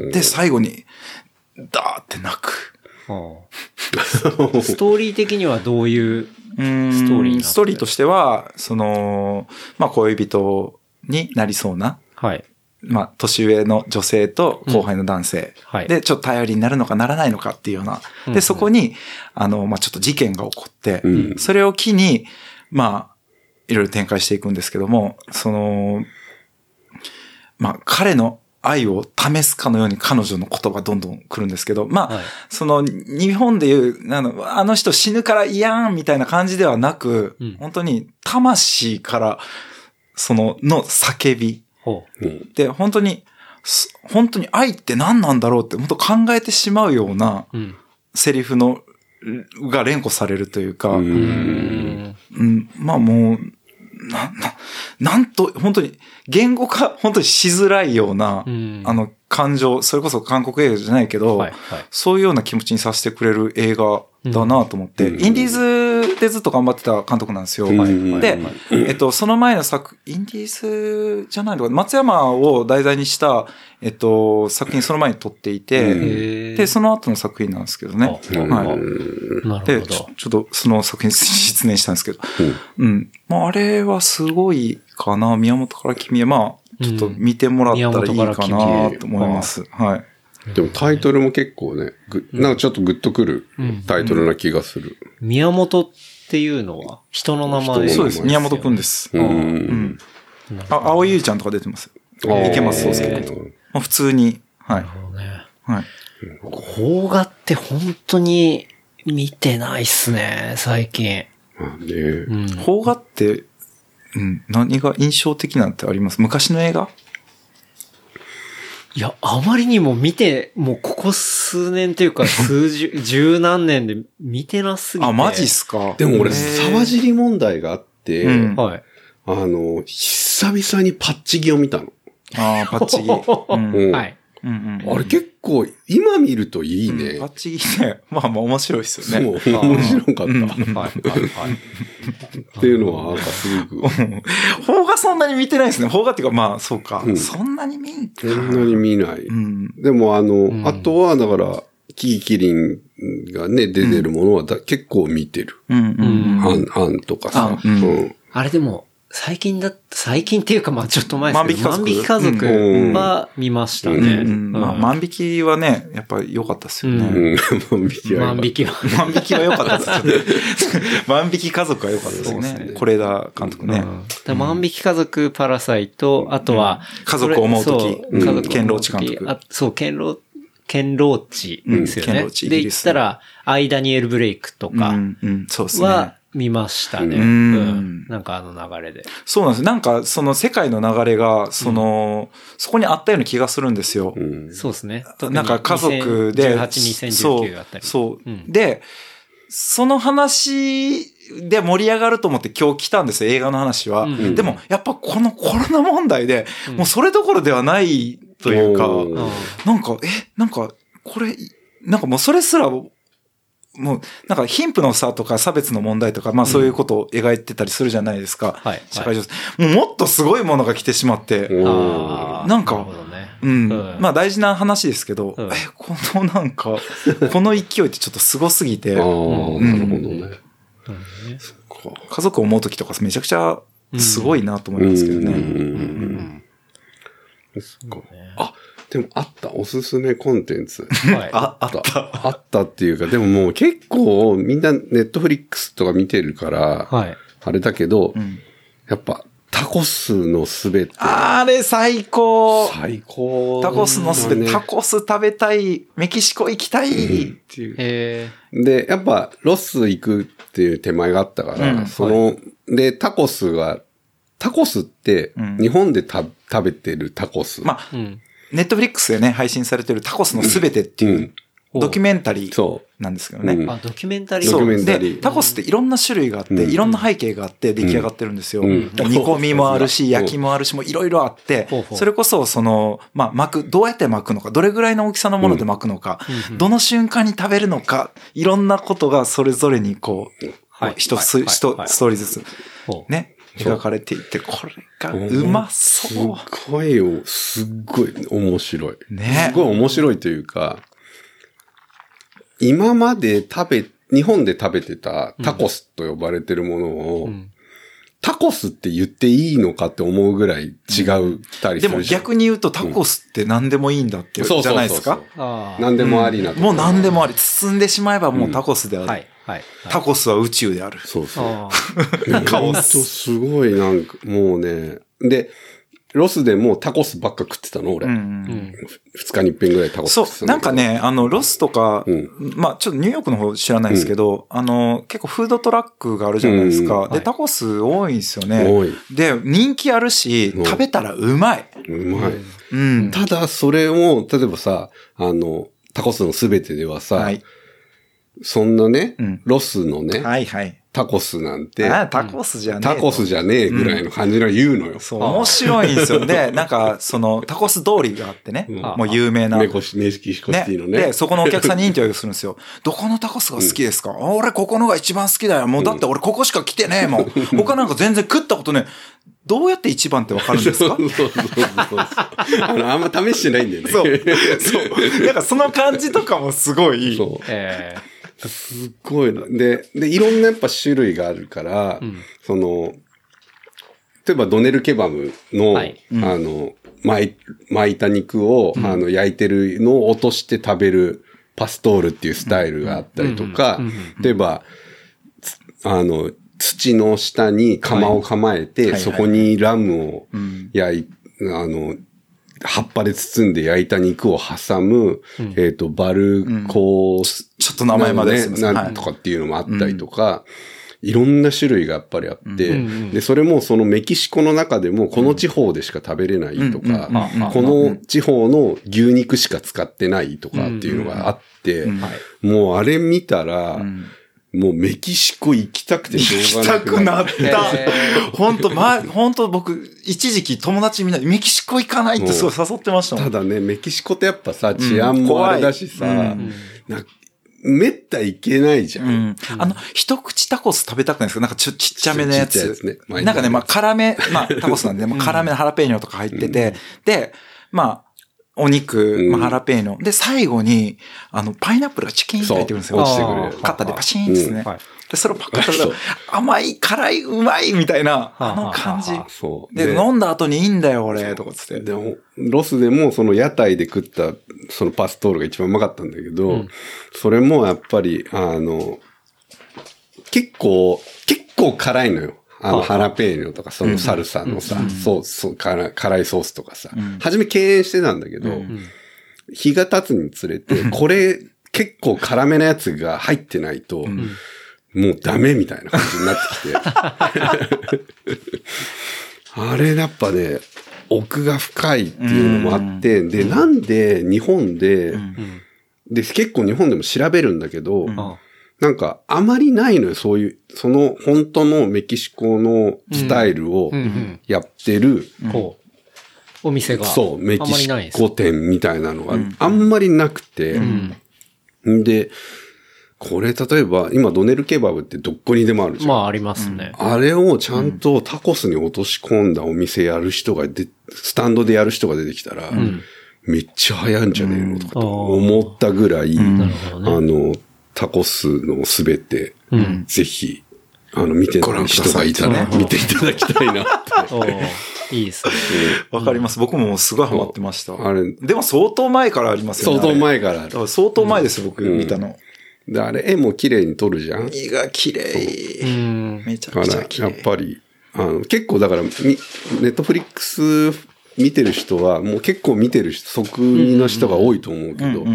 ーで、最後に、ダーって泣く。は あストーリー的にはどういう、スストーリーになってストーリーとしては、その、まあ、恋人になりそうな、はい。まあ、年上の女性と後輩の男性。うんはいで、ちょっと頼りになるのかならないのかっていうような。うんうで、んそこに、あの、まあ、ちょっと事件が起こって、うんそれを機に、まあ、いろいろ展開していくんですけども、その、まあ、彼の愛を試すかのように彼女の言葉がどんどん来るんですけど、まあ、はいその、日本でいう、あの、あの人死ぬから嫌みたいな感じではなく、うん本当に魂から、その、の叫び。ほう。で、本当に、す本当に愛って何なんだろうって、本当考えてしまうようなうん。セリフの、が連呼されるというか、ううんん。うん、まあもう、な、な、なんと、本当に、言語化、本当にしづらいような、うんあの、感情、それこそ韓国映画じゃないけど、はいはいそういうような気持ちにさせてくれる映画だなと思って、うんインディーズってずっと頑張ってた監督なんですよ。で、えっと、その前の作、インディースじゃないのか、松山を題材にした、えっと、作品その前に撮っていて、うんで、その後の作品なんですけどね。あはい。なるでほちょど。、ちょっとその作品失念したんですけど。うん。まあ、あれはすごいかな。宮本から君へ、まあ、ちょっと見てもらったらいいかなと思います。はい。でもタイトルも結構ね、ぐなんかちょっとグッとくるタイトルな気がする。宮本っていうのは人の名前そうでですす。よね宮本くんです。う。うんん。あ、青井優ちゃんとか出てます。池松壮亮君と。君まあ、普通に。はい。ね。はい。邦画って本当に見てないっすね、最近。ねうん。邦画って、うん、何が印象的なんてあります昔の映画いや、あまりにも見て、もうここ数年という か、数十、十何年で見てなすぎて。あ、マジっすか。でも俺、へー沢尻問題があって、うんはい。あの、久々にパッチギを見たの。あーパッチギ。うんうんはい。うんうんあれ結構、今見るといいね。パッチギね。 まあまあ面白いですそよう、ね。面白かった。はい。は い。はい。っていうのは、なんかすごく、邦画そんなに見てないですね。邦画っていうか、まあ、そうか。うんそんなに見んかそんなに見ない。うん。でも、あの、んあとは、だから、キーキリンがね、出てるものはだ、結構見てる。うんうん。アン、アンとかさ。アンうんうんあれでも、最近だ、最近っていうかまあちょっと前ですけど、万万引引きき家家族族は見ましたね。ううんんまあ、万引きはね、やっぱ良かったですようね。ん。 万引きは万引きは。万引きは良かったですよね。万引き家族は良かったですよそうでねす。ね是枝監督ねう。んで万引き家族、パラサイト、あとは、家族を思うときそうん家族を思うときケンローチ監督あそう、堅牢、堅牢地ですようん堅ね牢。地イで、ギリ行っスたら、アイダニエル・ブレイクとうかんうん、そうですねは。見ましたね。うんうんなんかあの流れで。そうなんです。なんか、その世界の流れが、その、そこにあったような気がするんですよ。うんそうですね。なんか家族で、 18、そう2019あったり。そう、うんで、その話で盛り上がると思って今日来たんですよ、映画の話は。うんでも、やっぱこのコロナ問題で、うんもうそれどころではないというか、おーうんなんか、え、なんか、これ、なんかもうそれすら、もう、なんか貧富の差とか差別の問題とか、まあそういうことを描いてたりするじゃないですか。はい社会情勢、もうもっとすごいものが来てしまって。あーなんかなるほどね。うん。うんまあ大事な話ですけど、うんえ、このなん か、この勢いってちょっとすごすぎてあ、ーうんなるほどね。なるほどね家族を思う時とかめちゃくちゃすごいなと思いますけどね。うんうんうんそっかあ、でもあった、おすすめコンテンツ。はい。あ、ああっ。ったた。あったっていうか、でももう結構みんなネットフリックスとか見てるから、はい。あれだけど、うんやっぱタコスのすべて、あれ最高最高だタね。コスのすべて、タコス食べたい、メキシコ行きたいっていう。えで、やっぱロス行くっていう手前があったから、うんその、で、タコスが、タコスってうん日本でた食べてるタコス。まー。あ、うん。ネットフリックスでね、配信されてるタコスのすべてってう、いうんドキュメンタリーそなんですけどう。うね。んあ、ドキュメンタリードそキュメう。ンタリーで、タコスっていろんな種類があって、うんいろんな背景があって出来上がってるんですよ。うんだから煮込みもあるし、うん焼きもあるし、もういろいろあってほう、ほうそれこそ、その、まあ、巻く、どうやって巻くのか、どれぐらいの大きさのもので巻くのか、うんどの瞬間に食べるのか、いろんなことがそれぞれにこう、はい一つ、はい一、はいストーリーずつ、ほうね、描かれていって、これがうまそすっごいよ、すっごい面白い。ねすごい面白いというか、今まで食べ、日本で食べてたタコスと呼ばれてるものを、うんタコスって言っていいのかって思うぐらい違うたう。りでするもじゃん逆に言うとタコスって何でもいいんだって、そうそうそうじゃないですか。あー何でもありなとこもう何でもあり、包んでしまえばもうタコスである。はい。はい。タコ。コスは宇宙である。そうそう。あカオス。すごいなんか、もうね。で、ロスでもうタコスばっか食ってたの、俺。う二、んーうん。日に一遍ぐらいタコスそ食ってたう、なんかね。ね、あの、ロスとか、うんまあ、ちょっとニューヨークの方知らないですけど、あの、結構フードトラックがあるじゃないですうんか。んで、タコス多いんですよね。おい、で、人気あるし、うん食べたらうまい。うまい。うん。ただ、それを、例えばさ、あの、タコスのすべてではさ、はい。そんなね、うんロスのね、はいはい。タコスなんて、あタコスじゃねえとタコスじゃねえぐらいの感じの言うのよ。そう、面白いんですよ。で、なんか、その、タコス通りがあってね、もう有名な。メコシ、メシキシコシティのね。で、そこのお客さんにインタビューするん ですよ。どこのタコスが好きですか、あ俺ここのが一番好きだよ。もうだって俺ここしか来てねえ もん。他なんか全然食ったことねえ。どうやって一番ってわかるんですか そうそうそうそう。あの、あんま試してないんだよね。そう。そう。なんかその感じとかもすごい。そうえすっごいな。で、で、いろんなやっぱ種類があるから、その、例えばドネルケバブの、はいあの、巻い巻いた肉を、あの、焼いてるのを落として食べるパストールっていうスタイルがあったりとか、例えば、つあの、土の下に釜を構えて、はいそこにラムを焼い、あの、葉っぱで包んで焼いた肉を挟む、えっ、と、バルコース、ちょっと名前までなすんいませんかねなんとかっていうのもあったりとか、いろんな種類がやっぱりあって、んうんで、それもそのメキシコの中でも、この地方でしか食べれないとか、うんうんうんうんこの地方の牛肉しか使ってないとかっていうのがあって、うんもうあれ見たら、んもうメキシコ行きたくてし行ょうきがなたくくななるっえた。本当ま、本当僕、一時期友達みんな、メキシコ行かないってすごい誘ってましたもたん。だね、メキシコってやっぱさ、治安もあれだしさ、怖いうなんめった行けないじゃ。うんん。あの、一口タコス食べたくないですかなんかちょちっちゃめのやちっちゃいやつつね。前になんかね、まあ、辛め、まあ、タコスなんで、まあ、辛めのハラペーニョとか入ってて、で、まあ、お肉、まあ、うんハラペーニョ。で、最後に、あの、パイナップルがチキンってそう、入っ落てくるんでちすてよ。くれるあ。ー肩でパシーンですね。うんはいで、それをパカッと食べたらそ甘い、辛い、うまいみたいな、ああの感じ。そう。で、飲んだ後にいいんだよ、俺、とかつって。でも、ロスでもその屋台で食ったそのパストールが一番うまかったんだけど、それもやっぱり、あの、結構、結構辛いのよ。あの、ハラペーニョとか、そのサルサのさ、ソースそう辛、辛いソースとかさ、初め敬遠してたんだけど、日が経つにつれて、これ、結構辛めなやつが入ってないと、もうダメみたいな感じになってきて。あれやっぱね、奥が深いっていうのもあって、で、なんで日本で、で、結構日本でも調べるんだけど、あなんかあまりないのよ、そういう、その本当のメキシコのスタイルをうんうんやってる、こう、お店が。そう、メキシあんまりないですコ店みたいなのがあんまりなくて、で、これ例えば、今ドネルケバブってどこにでもあるじゃん。まあ、ありますね。あれをちゃんとタコスに落とし込んだお店やる人がで、スタンドでやる人が出てきたら、めっちゃ流行んじゃねえのとかと思ったぐらい、ほあの、タコスのすべて、ぜひ、あの、見てごな覧いくだ人さがいいたら、見ていただきたい なって。おーいいですね。わかります。僕もすごいハマってました。あれでも相当前からありますよ相ね。当あれ。前からあだかる。ら相当前です、僕見たの。で、あれ、絵も綺麗に撮るじゃん。身が綺麗。うん。めちゃかくちらゃ、綺やっ麗。ぱり、あの、結構だから、みネットフリックス見てる人は、もう結構見てる人、即見の人が多いと思うけど、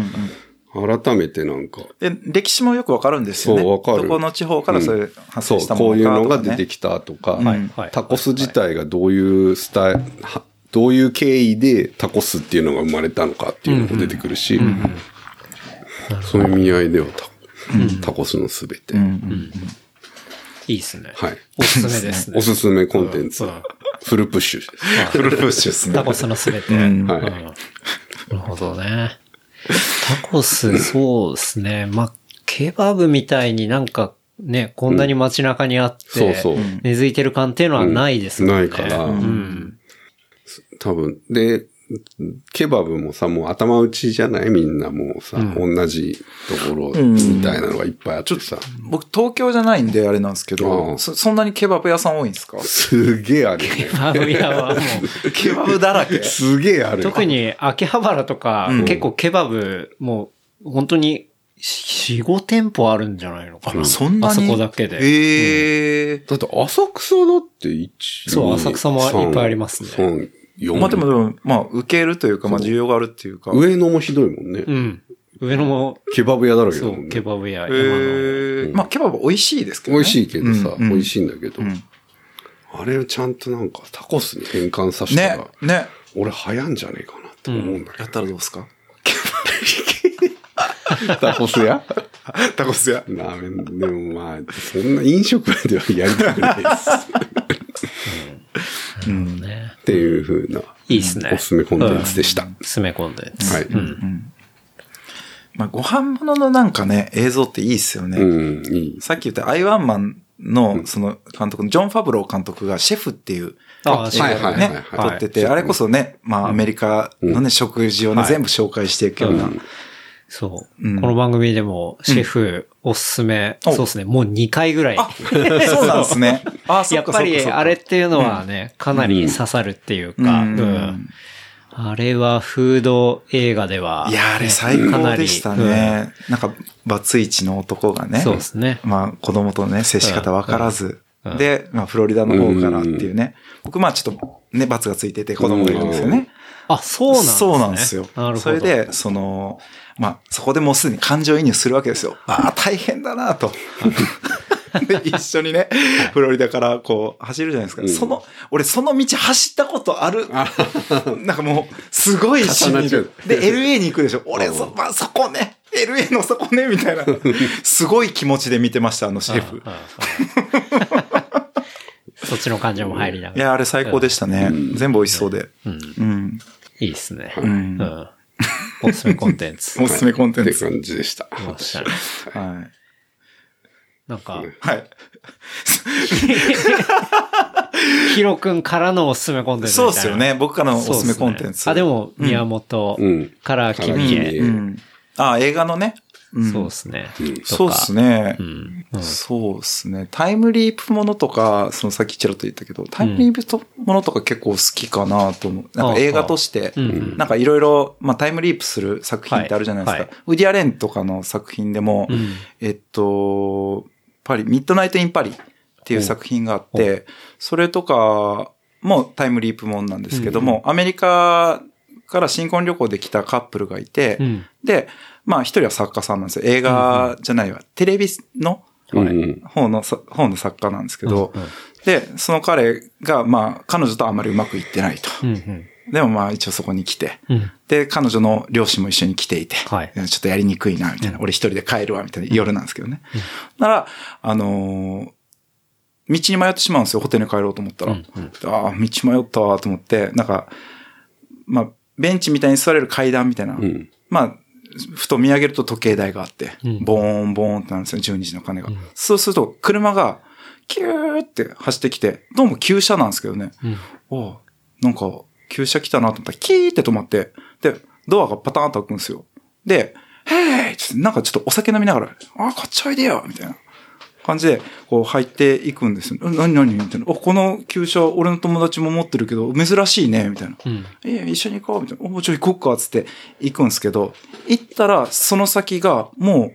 改めてなんか、で、歴史もよくわかるんですよね。そうわかるどこの地方からそういう発そ生うした、もこういうののかがとかね出てきたとかいはい、タコス自体がどういうスタイル、はどういう経緯でタコスっていうのが生まれたのかっていうのも出てくるし、そういう意味合いではタコタコスのすべて、いいですね。はい。おすすめですねお。すすめコンテンツ、フルプッシュです。フルプッシュですタね。コスのすべて。はいうんなるほどね。タコス、そうですね。まあ、ケバブみたいになんかね、こんなに街中にあって、そうそう根付いてる感っていうのはないですもんね。ないから、うん。多分。で、ケバブもさ、もう頭打ちじゃないみんなもうさ、同じところみたいなのがいっぱいあってさ、僕、東京じゃないんであれなんですけうど、んそそんなにケバブ屋さん多いんですかすげえあるよね。バブ屋はもう、ケバブだら け。すげえあるよ。特に秋葉原とか、結構ケバブ、もう、本当に、4、5店舗あるんじゃないのかな。そんなにあそこだけで。ええだって浅草だって一そう二浅草もいっぱいありますね三四まあでもでも、まあ、受けるというか、まあ、需要があるっていうか。上野もひどいもんね。うん。上野も、ケバブ屋だらけだそもんう、ケね。バブ屋、え山の。ーまあ、ケバブ美味しいですけど美ね。味しいけどさ、うんうん美味しいんだけど、んあれをちゃんとなんかタコスに変換させたら、ね、ね。俺流行んじゃねえかなって思うんだけど。やったらどうですか タコス屋タコス屋。ラーメン、でもまあ、そんな飲食ではやりたくないです。うんね。っていうふうな、いいっすね。おすすめコンテンツでした。詰め込んで。はい。まあ、ご飯物のなんかね、映像っていいっすよね。うん、いい。さっき言ったアイワンマンの、その監督の、ジョン・ファブロー監督がシェフっていう、ああ、シェフはいはいね、撮ってて、あれこそね、まあ、アメリカのね、食事をね、はい全部紹介していくような。そう。うんこの番組でも、シェフおすすめ、おそうですね、もう2回ぐらい。あ、 そうなんですね。 あ、そやっっかそっぱかそっか。り、あれっていうのはね、かなり刺さるっていうか、うんうんあれはフード映画では、いや、あれ最かな高りでしたね。なんか、バツイチの男がね。そうですね。まあ、子供とね、接し方分からず。で、まあ、フロリダの方からっていうね。僕、まあ、ちょっと、ね、罰がついてて子供がいるんですよね。あ、そうなんですね。そうなんですよ。なるほど。それで、その、まあ、そこでもうすでに感情移入するわけですよ。ああ、大変だなと。で、一緒にね、フロリダからこう、走るじゃないですか。その、俺、その道走ったことある。なんかもう、すごいし重なっちゃうで、LA に行くでしょ。俺、そ、まあ、そこね。LA のそこね、みたいな。すごい気持ちで見てました、あのシェうん。フ。うんそっちの感情も入りながいら。や、あれ最高でしたね。全部美味しそうで。うん。いいっすね。うんん。おすすめコンテン ツ。おすすめコンテンツって感じでした。おっしゃるはい。なんか、はい。ヒロ君からのおすすめコンテンツみたいな。そうですよね。僕からのおそうっすすすね。めコンテンツ。あ、でも、宮本うんから君へ。うん。あ、映画のね。うんそうですね。そうですねう。ん。うんそうですね。タイムリープものとか、そのさっきちらっと言ったけど、タイムリープものとか結構好きかなと思う。なんか映画としてう、ん。なんかいろいろ、まあタイムリープする作品ってあるじゃないですか。はいウディアレンとかの作品でも、うんえっと、パリ、ミッドナイト・イン・パリっていう作品があって、それとかもタイムリープもんなんですけども、アメリカから新婚旅行で来たカップルがいて、うん。で、まあ一人は作家さんなんですよ。映画じゃないわ。テレビのうん方のさ、方の作家なんですけどうんうん、で、その彼が、まあ彼女とあまりうまくいってないと。うんうん。でもまあ一応そこに来て、うん。で、彼女の両親も一緒に来ていて、はいちょっとやりにくいな、みたいな。俺一人で帰るわ、みたいな。夜なんですけどね。なら、あのー道に迷ってしまうんですよ。ホテルに帰ろうと思ったら。うんうんああ、道迷ったわ、と思って、なんか、まあ、ベンチみたいに座れる階段みたいな。んまあ、ふと見上げると時計台があって、うんボーンボーンってなるんですよ、12時の鐘が。そうすると、車が、キューって走ってきて、どうも急車なんですけどね。うんおうなんか、急車来たなと思ったら、キーって止まって、で、ドアがパターンと開くんですよ。で、へーってなんかちょっとお酒飲みながら、あー、こっちおいでよみたいな感じで、こう入っていくんですよ。何何みたいな。お、この急車、俺の友達も持ってるけど、珍しいねみたいな。うん。いや、一緒に行こうみたいな。お、ちょ、行こっかつって行くんですけど、行ったら、その先が、もう、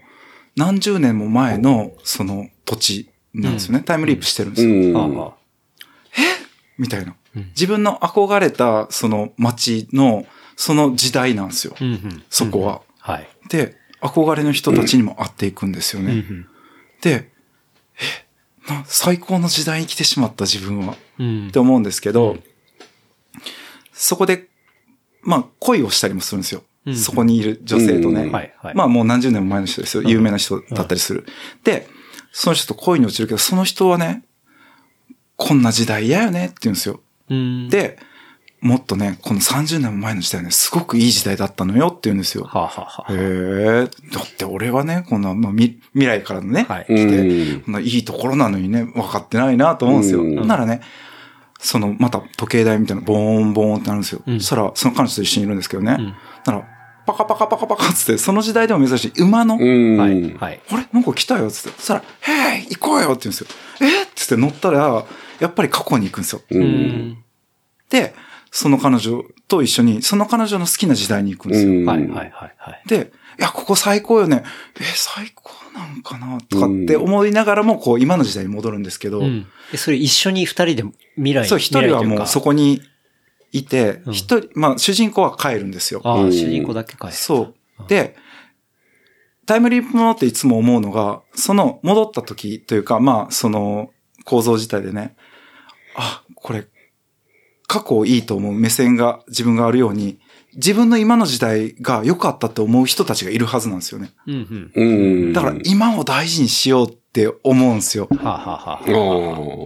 何十年も前の、その土地なんですよね。タイムリープしてるんですよ。うん。はあはあみたいな。自分の憧れた、その街の、その時代なんですよ。うんうん。そこは。はい。で、憧れの人たちにも会っていくんですよね。うんで、え、な最高の時代に来てしまった自分は。うん。うんって思うんですけど、そこで、まあ、恋をしたりもするんですよ。うんそこにいる女性とね。うんはいはいまあ、もう何十年も前の人ですよ。有名な人だったりする。で、その人と恋に落ちるけど、その人はね、こんな時代嫌よねって言うんですよ。うん、で、もっとね、この30年も前の時代はね、すごくいい時代だったのよって言うんですよ。はあ、はあはへえ、だって俺はね、こんな、まあ、み未来からのね、はいうん来て、こんないいところなのにね、分かってないなと思うんですよ。うんならね、その、また時計台みたいな、ボーンボーンってなるんですよ。んそしたら、その彼女と一緒にいるんですけどね。んなら、パカパカパカパカっつって、その時代でも珍しい馬の、うん。あ。はい。はい。あれなんか来たよっつって。そしたら、へい行こうよって言うんですよ。えっつって乗ったら、やっぱり過去に行くんですよ。う。うんん。で、その彼女と一緒に、その彼女の好きな時代に行くんですよ。うん。はいはいはいはい。で、いや、ここ最高よね。え、最高なんかなとかって思いながらも、こう、今の時代に戻るんですけど、うん。え、それ一緒に二人で未来そう、一人はもうそこ。こにいて、うん一人、まあ、主人公は帰るんですよ。あうあ、ん主人公だけかい。そう。で、タイムリープものっていつも思うのが、その戻った時というか、まあ、その構造自体でね、あ、これ、過去をいいと思う目線が自分があるように、自分の今の時代が良かったって思う人たちがいるはずなんですよね。うんうん。うん。だから今を大事にしようって思うんですよ。はあ、はああはあ、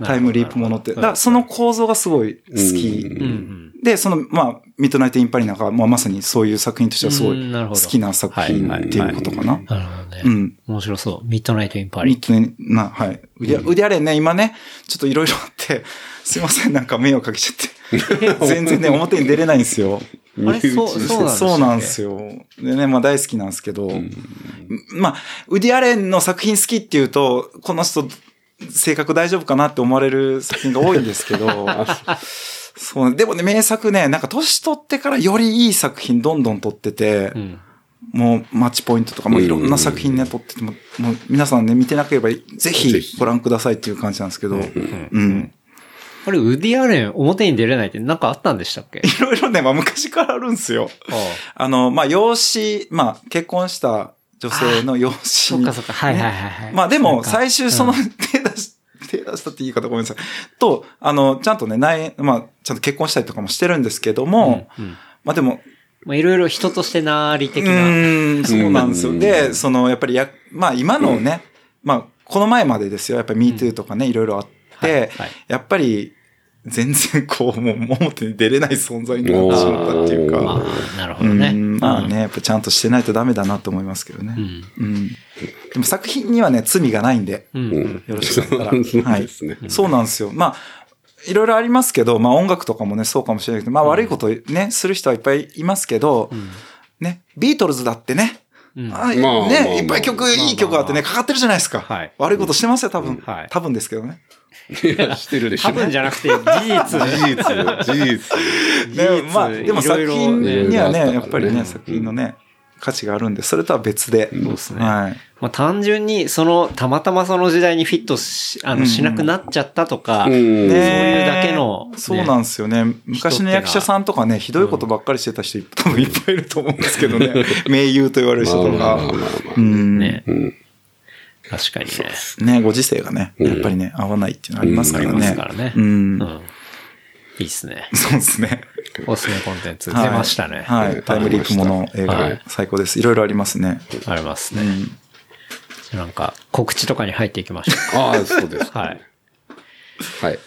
ータイムリープものって。なるほどだからその構造がすごい好うき。んうん。で、その、まあ、ミッドナイト・イン・パリなんかは、まあ、まさにそういう作品としてはすごういんなる好ほどきな作品はいはいっていうことかなな。るほどね。うん。面白そう。ミッドナイトインパミリ。ッドナイトな、はい。うりゃ、うりゃれね、今ね、ちょっといろいろあって、すいません、なんか迷惑かけちゃ って。全然ね、表に出れないんですよ。あれ、そう、そうなんですそうなんですよ。でね、まあ大好きなんですけど、まあ、ウディ・アレンの作品好きっていうと、この人、性格大丈夫かなって思われる作品が多いんですけ ど、そう、でもね、名作ね、なんか年取ってからよりいい作品どんどん撮ってて、うん。もうマッチポイントとかもいろんな作品ね、撮ってても、もう皆さんね、見てなければぜぜひひご覧くださいっていう感じなんですけど、うん。あれ、ウディアレン表に出れないってなんかあったんでしたっけいろいろね、まあ昔からあるんですよ。あああの、まあ、養子、まあ、結婚した女性の養子そっにかそっか。はいはいはいはい。まあ、でなんも、か最終その、うん 手出し、手出したって言い方ごめんなさい。と、あの、ちゃんとね、ない、まあ、ちゃんと結婚したりとかもしてるんですけども、うんうんまあでも、まあ、いろいろ人としてなりう的な。ーん、そうなんですうよ。んで、その、やっぱりや、まあ、今のね、まあ、この前までですよ。やっぱり MeToo とかね、いろいろあって、はいはいやっぱり、全然こう、もう、表に出れない存在になってしまったっていうか。おーまあ、なるほどね。うんまあね、やっぱちゃんとしてないとダメだなと思いますけどね。うん。うん。でも作品にはね、罪がないんで、うん。ううんん。よろしかったら。そうはでい。すね。そうなんですよ。まあ、いろいろありますけど、まあ音楽とかもね、そうかもしれないけど、まあ悪いことね、する人はいっぱいいますけど、ね、ビートルズだってね、うんあまあまあまあね、いっぱい曲、いい曲があってね、かかってるじゃないですか。はい悪いことしてますよ、多分。はい多分ですけどね。いやしてるでしょ。多分じゃなくて、事実。事実、事実。ね、まあ、でも作品いろいろにはねね、やっぱりうね、ん作品のね、価値があるんで、それとは別で。そうですねはい。まあ、単純に、その、たまたまその時代にフィットし、あうの、んしなくなっちゃったとか、うんねそういうだけのねそうなんですよね。昔の役者さんとかね、ひどいことばっかりしてた人、多分いっ ぱいいると思うんですけどね。 名優と言われる人とまあまあまか。あまうあん。ね、ねうん。確かにね。ご時世がね、やっぱりね、合わないっていうのはありますからありますからね。ね。ううんん。。いいっすね。そうですね。おすすめコンテンツはい出ましたね。はうんい。タイムリープもの映は画い、最高です。いろいろありますね。ありますうね。んなんか、告知とかに入っていきましょああ、そうです。う か。はい。はい。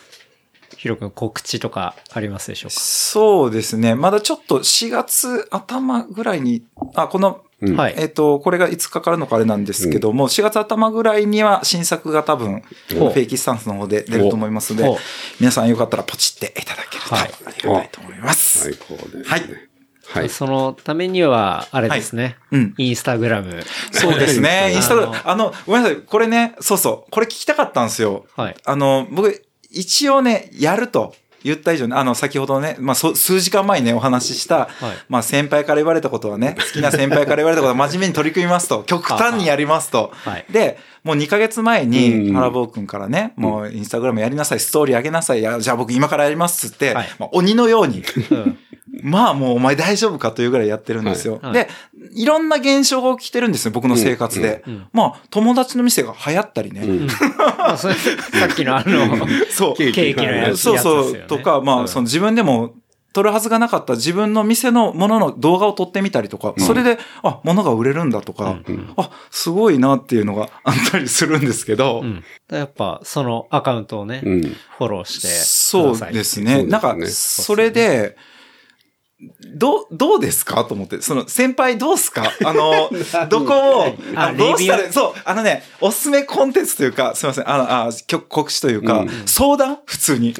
ヒロ君、告知とかありますでしょうそうですね。まだちょっと4月頭ぐらいに、あ、この、うんか。はい。えっと、これがいつかかるのかあれなんですけども、4月頭ぐらいには新作が多分、フほうェイキスタンスの方で出ると思いますのほうで、皆さんよかったらポチっていただけるとはあいりがたいと思います最。高です。はい。はい。そのためには、あれですね。はいうんインスタグラム。そうですね。インスタグラム、あの、ごめんなさい。これね、そうそう。これ聞きたかったんですよ。はい。あの、僕、一応ね、やると言った以上に、あの、先ほどね、まあ、そ数時間前にね、お話ししはた、いまあ、先輩から言われたことはね、好きな先輩から言われたことは真面目に取り組みますと、極端にやりますと。はい。で、もう2ヶ月前うに、ん原坊君からね、もうインスタグラムやりなさい、ストーリー上げなさい、いやじゃあ僕今からやりますっつって、はいまあ、鬼のように、 うんまあもうお前大丈夫かというぐらいやってるんですよ。はいはで、いろんな現象が起きてるんですよ、僕の生活で。うんうん まあ、友達の店が流行ったりね。うんまあそれさっきのあの、 そう。ケーケーキのやつ。そうやつそですようね。とか、まあ、その自分でも、撮るはずがなかった自分の店のものの動画を撮ってみたりとか、それで、あ、物が売れるんだとか、あ、すごいなっていうのがあったりするんですけど、うん。だからやっぱ、そのアカウントをね、うん。フォローしてくだそさうい。ですね。なんそうかですね、それで、どう、どうですかと思って。その、先輩どうすかあの、どこを、ああのどうしたレビら、そう、あのね、おすすめコンテンツというか、すいません、あの、あ、曲告知というか、相談普通に。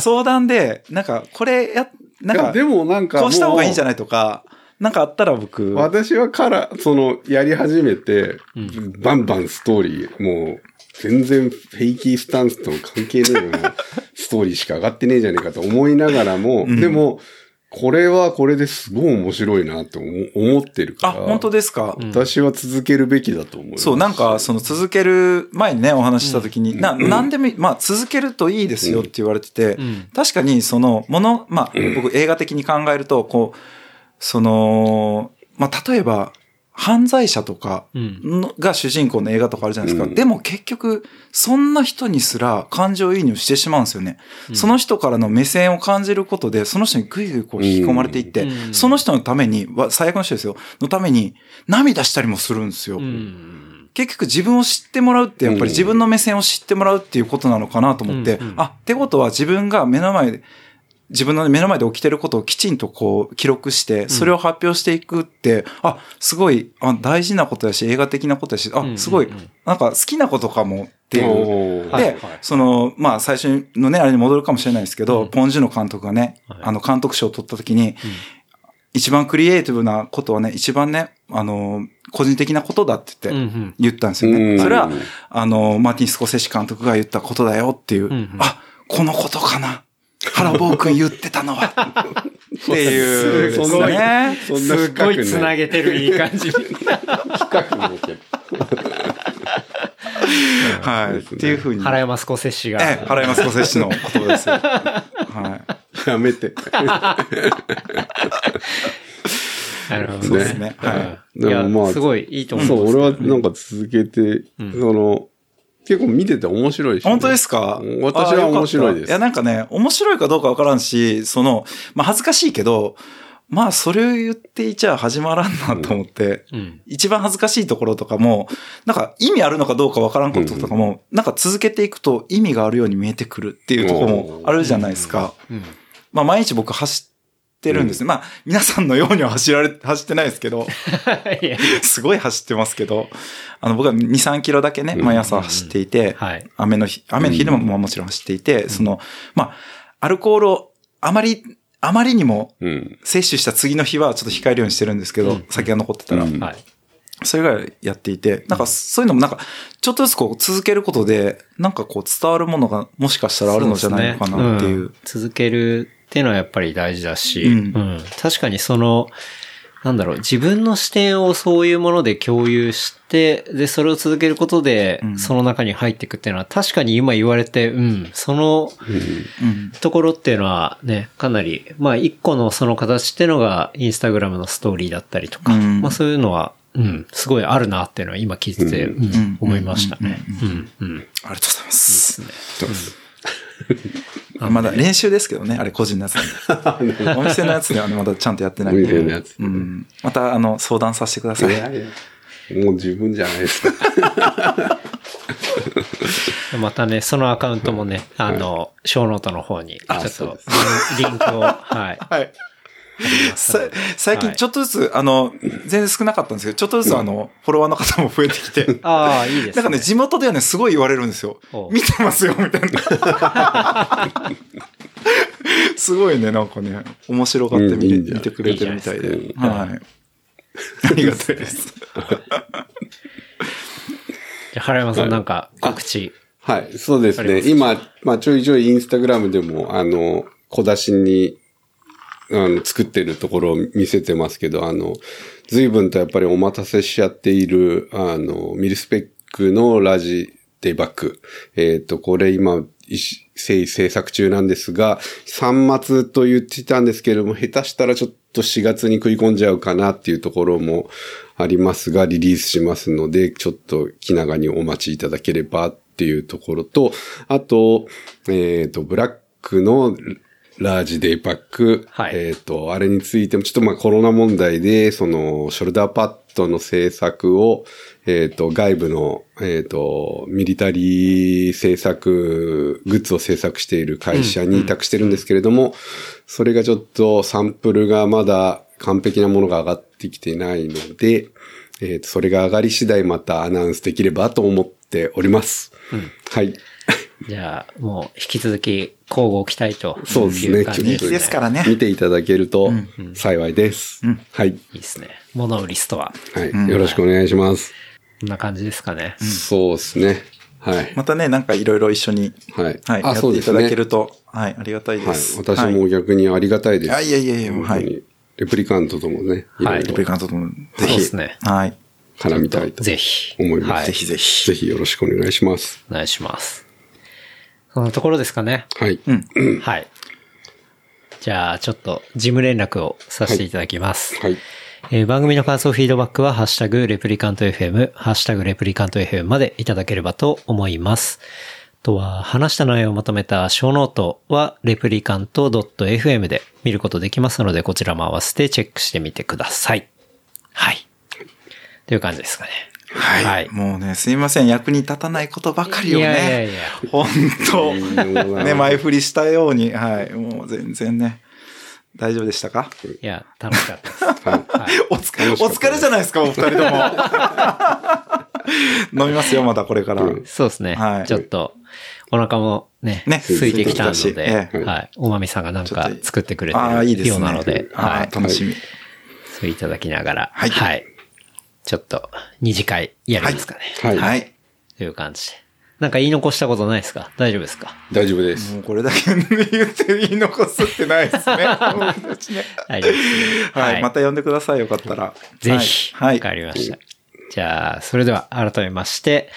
相談で、なんか、これや、なんいやか、でもなんか、こうした方がいいんじゃないないとか、なんかあったら僕、私はから、その、やり始めて、バンバンストーリー、もう、全然フェイキースタンスと関係ないようなストーリーしか上がってねえじゃねえかと思いながらも、でも、これはこれですごい面白いなと思思ってるから。あ、本当ですか、私は続けるべきだと思います。そう、なんか、その続ける前にね、お話ししたときに、な、なんでもいい、まあ、続けるといいですよって言われてて、ん確かに、その、もの、まあ、僕、映画的に考えると、こう、その、まあ、例えば、犯罪者とかうんのが主人公の映画とかあるじゃないですか。でも結局、そんな人にすら感情移入してしまうんですよね。その人からの目線を感じることで、その人にぐいぐいこう引き込まれていって、うんその人のために、わ最悪の人ですよ、のために涙したりもするんですよ。うん。結局自分を知ってもらうって、やっぱり自分の目線を知ってもらうっていうことなのかなと思って、うんうんあ、ってことは自分が目の前で、自分の目の前で起きてることをきちんとこう記録して、それを発表していくって、あ、すごい、あ、大事なことだし、映画的なことだし、うんあ、すごいうんうん、なんか好きなことかもっていう。おーで、はいはいその、まあ、最初のね、あれに戻るかもしれないですけど、ポンジュの監督がね、はいあの、監督賞を取った時に、一番クリエイティブなことはね、一番ね、あの、個人的なことだって言って、うん言ったんですようね。んそれは、あの、マーティン・スコセッシ監督が言ったことだよっていんう、うんあ、このことかな。原坊君言ってたのは。っていう、すごいね。そうんん。なすっ深ごくい繋ね、げてる、いい感じに。深くねけどはい。っていうふうに。原山スコセッシが。ええ、原山スコセッシのことです。はい。 やめて。なるほそどうね。ですね。はいでやもまあすごいいいと思いまそす。う、俺はなんか続けて、その、結構見てて面白いい。しね、本当ですかうん私は面白いですあよかったいや、なんかね、面白いかどうかわからんし、その、まあ恥ずかしいけど、まあそれを言っていちゃ始まらんなと思って、うん。一番恥ずかしいところとかも、なんか意味あるのかどうかわからんこととかも、なんか続けていくと意味があるように見えてくるっていうところもあるじゃないですか。うん。 まあ毎日僕走ってるんですね。まあ皆さんのようには走られ、走ってないです けど、いやすごい走ってますけど、あの僕は2、3キロだけね、うん毎朝走っていて、はい。雨の日、雨の日でもまあもちろん走っていて、その、まあ、アルコールをあまり、あまりにもうん。摂取した次の日はちょっと控えるようにしてるんですけど、うん酒が残ってたら。うんはい。それぐらいやっていて、なんかそういうのもなんか、ちょっとずつこう続けることで、なんかこう伝わるものがもしかしたらあるのじゃないのかなっていう。そですねん続けるっていうのはやっぱり大事だし、ううんん確かにその、なんだろう、自分の視点をそういうもので共有して、で、それを続けることでう、んその中に入っていくっていうのは、確かに今言われて、うん、そのうん。ところっていうのはね、かなり、まあ一個のその形っていうのが、インスタグラムのストーリーだったりとか、うんまあそういうのは、うん、すごいあるなっていうのは今聞いてて、うんうん思いましたね。うん、うん。ありがとうございます。そうですまだ練習ですけどね、あれ個人のやつなん でお店のやつではね、まだちゃんとやってないん見てるで。やつ。ういん。また、あの、相談させてください。やいや。もう自分じゃないですか。またね、そのアカウントもね、あの、小ノートの方に、ちょあっそうとでリン、リンクを、はい。はい。さ最近ちょっとずつ、あの、全然少なかったんですけど、ちょっとずつあの、フォロワーの方も増えてきて。 ああ、いいですなんかね。ね、地元ではね、すごい言われるんですよお。う見てますよ、みたいな。 すごいね、なんかね、面白がって見て,、うんいいんじゃな見ていくれてるみたいで。いいじゃはい。ありがたいです。じゃあ原山さんなんか告知。はい、そうですありねま。す今、まあちょいちょいインスタグラムでも、あの、小出しに、あの、作ってるところを見せてますけど、あの、随分とやっぱりお待たせしちゃっている、あの、ミルスペックのラジデバッグ。えっ、と、これ今、いし制制作中なんですが、3末と言ってたんですけれども、下手したらちょっと4月に食い込んじゃうかなっていうところもありますが、リリースしますので、ちょっと気長にお待ちいただければっていうところと、あと、えっ、と、ブラックのラージデイパック、はいえっ、と、あれについても、ちょっとまあコロナ問題で、その、ショルダーパッドの制作を、えっ、と、外部の、えっ、と、ミリタリー制作、グッズを制作している会社に委託してるんですけれども、それがちょっとサンプルがまだ完璧なものが上がってきてないので、えっ、と、それが上がり次第またアナウンスできればと思っております。はい。じゃあ、もう引き続き、交互期待と。そうですねいう感じ人気ですからね。見ていただけると幸いです。はい。いいですね。モノウリストは。はい。よろしくお願いします。こんな感じですかね。そうですね。はい。またね、なんかいろいろ一緒に、はい。はい、やあ、っそうてでいたすだね。けると、はい、ありがたいはでい。す。私はいも逆にありがたいです。あいやいやいや本当にはいレプリカントともね、いろはいいレろプリカントとも、ぜそうひ。ですねはい。絡みたいとぜひ。思います。はいぜひぜひ。ぜひよろしくお願いします。お願いします。そのところですかね。はい。はい。じゃあ、ちょっと事務連絡をさせていただきます。はい。えー番組の感想フィードバックは、ハッシュタグレプリカント FM、ハッシュタグレプリカント FM までいただければと思います。あとは、話した内容をまとめた小ノートは、レプリカント .fm で見ることできますので、こちらも合わせてチェックしてみてください。はい。という感じですかね。はい、はいもうね、すいません。役に立たないことばかりよね。いやいやいや本当んでもないね、前振りしたように。はい。もう全然ね。大丈夫でしたか、いや、楽しかったです。はいお疲れ、お楽しかったです疲れじゃないですか、お二 人とも。飲みますよ、またこれから。そうですね。はいちょっと、お腹もね、ね空いてきたの空いてきでたし、ええはい。おまみさんがなんかちょっと作ってくれてああ、いいでるすようね。なので、はいああ、。楽しみ。それいただきながら、はいはい。ちょっと、二次会やりますかね。はい。はい。という感じで。なんか言い残したことないですか大丈夫ですか大丈夫です。もうこれだけ言って言い残すってないです ね。僕たちね大丈夫ですねはい、また呼んでください、よかったら。ぜひ。はわい。かはいりました。じゃあ、それでは改めまして、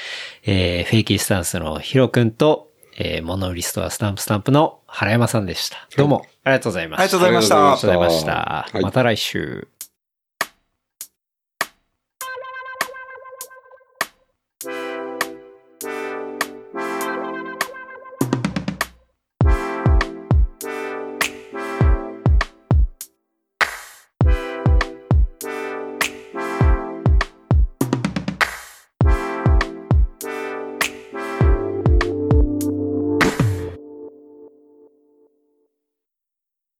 えー、フェイキースタンスのヒロ君と、えー、モノリストはスタンプスタンプの原山さんでした。どうも、ありがとうございました。ありがとうございましたありがとうございました。はいまた来週。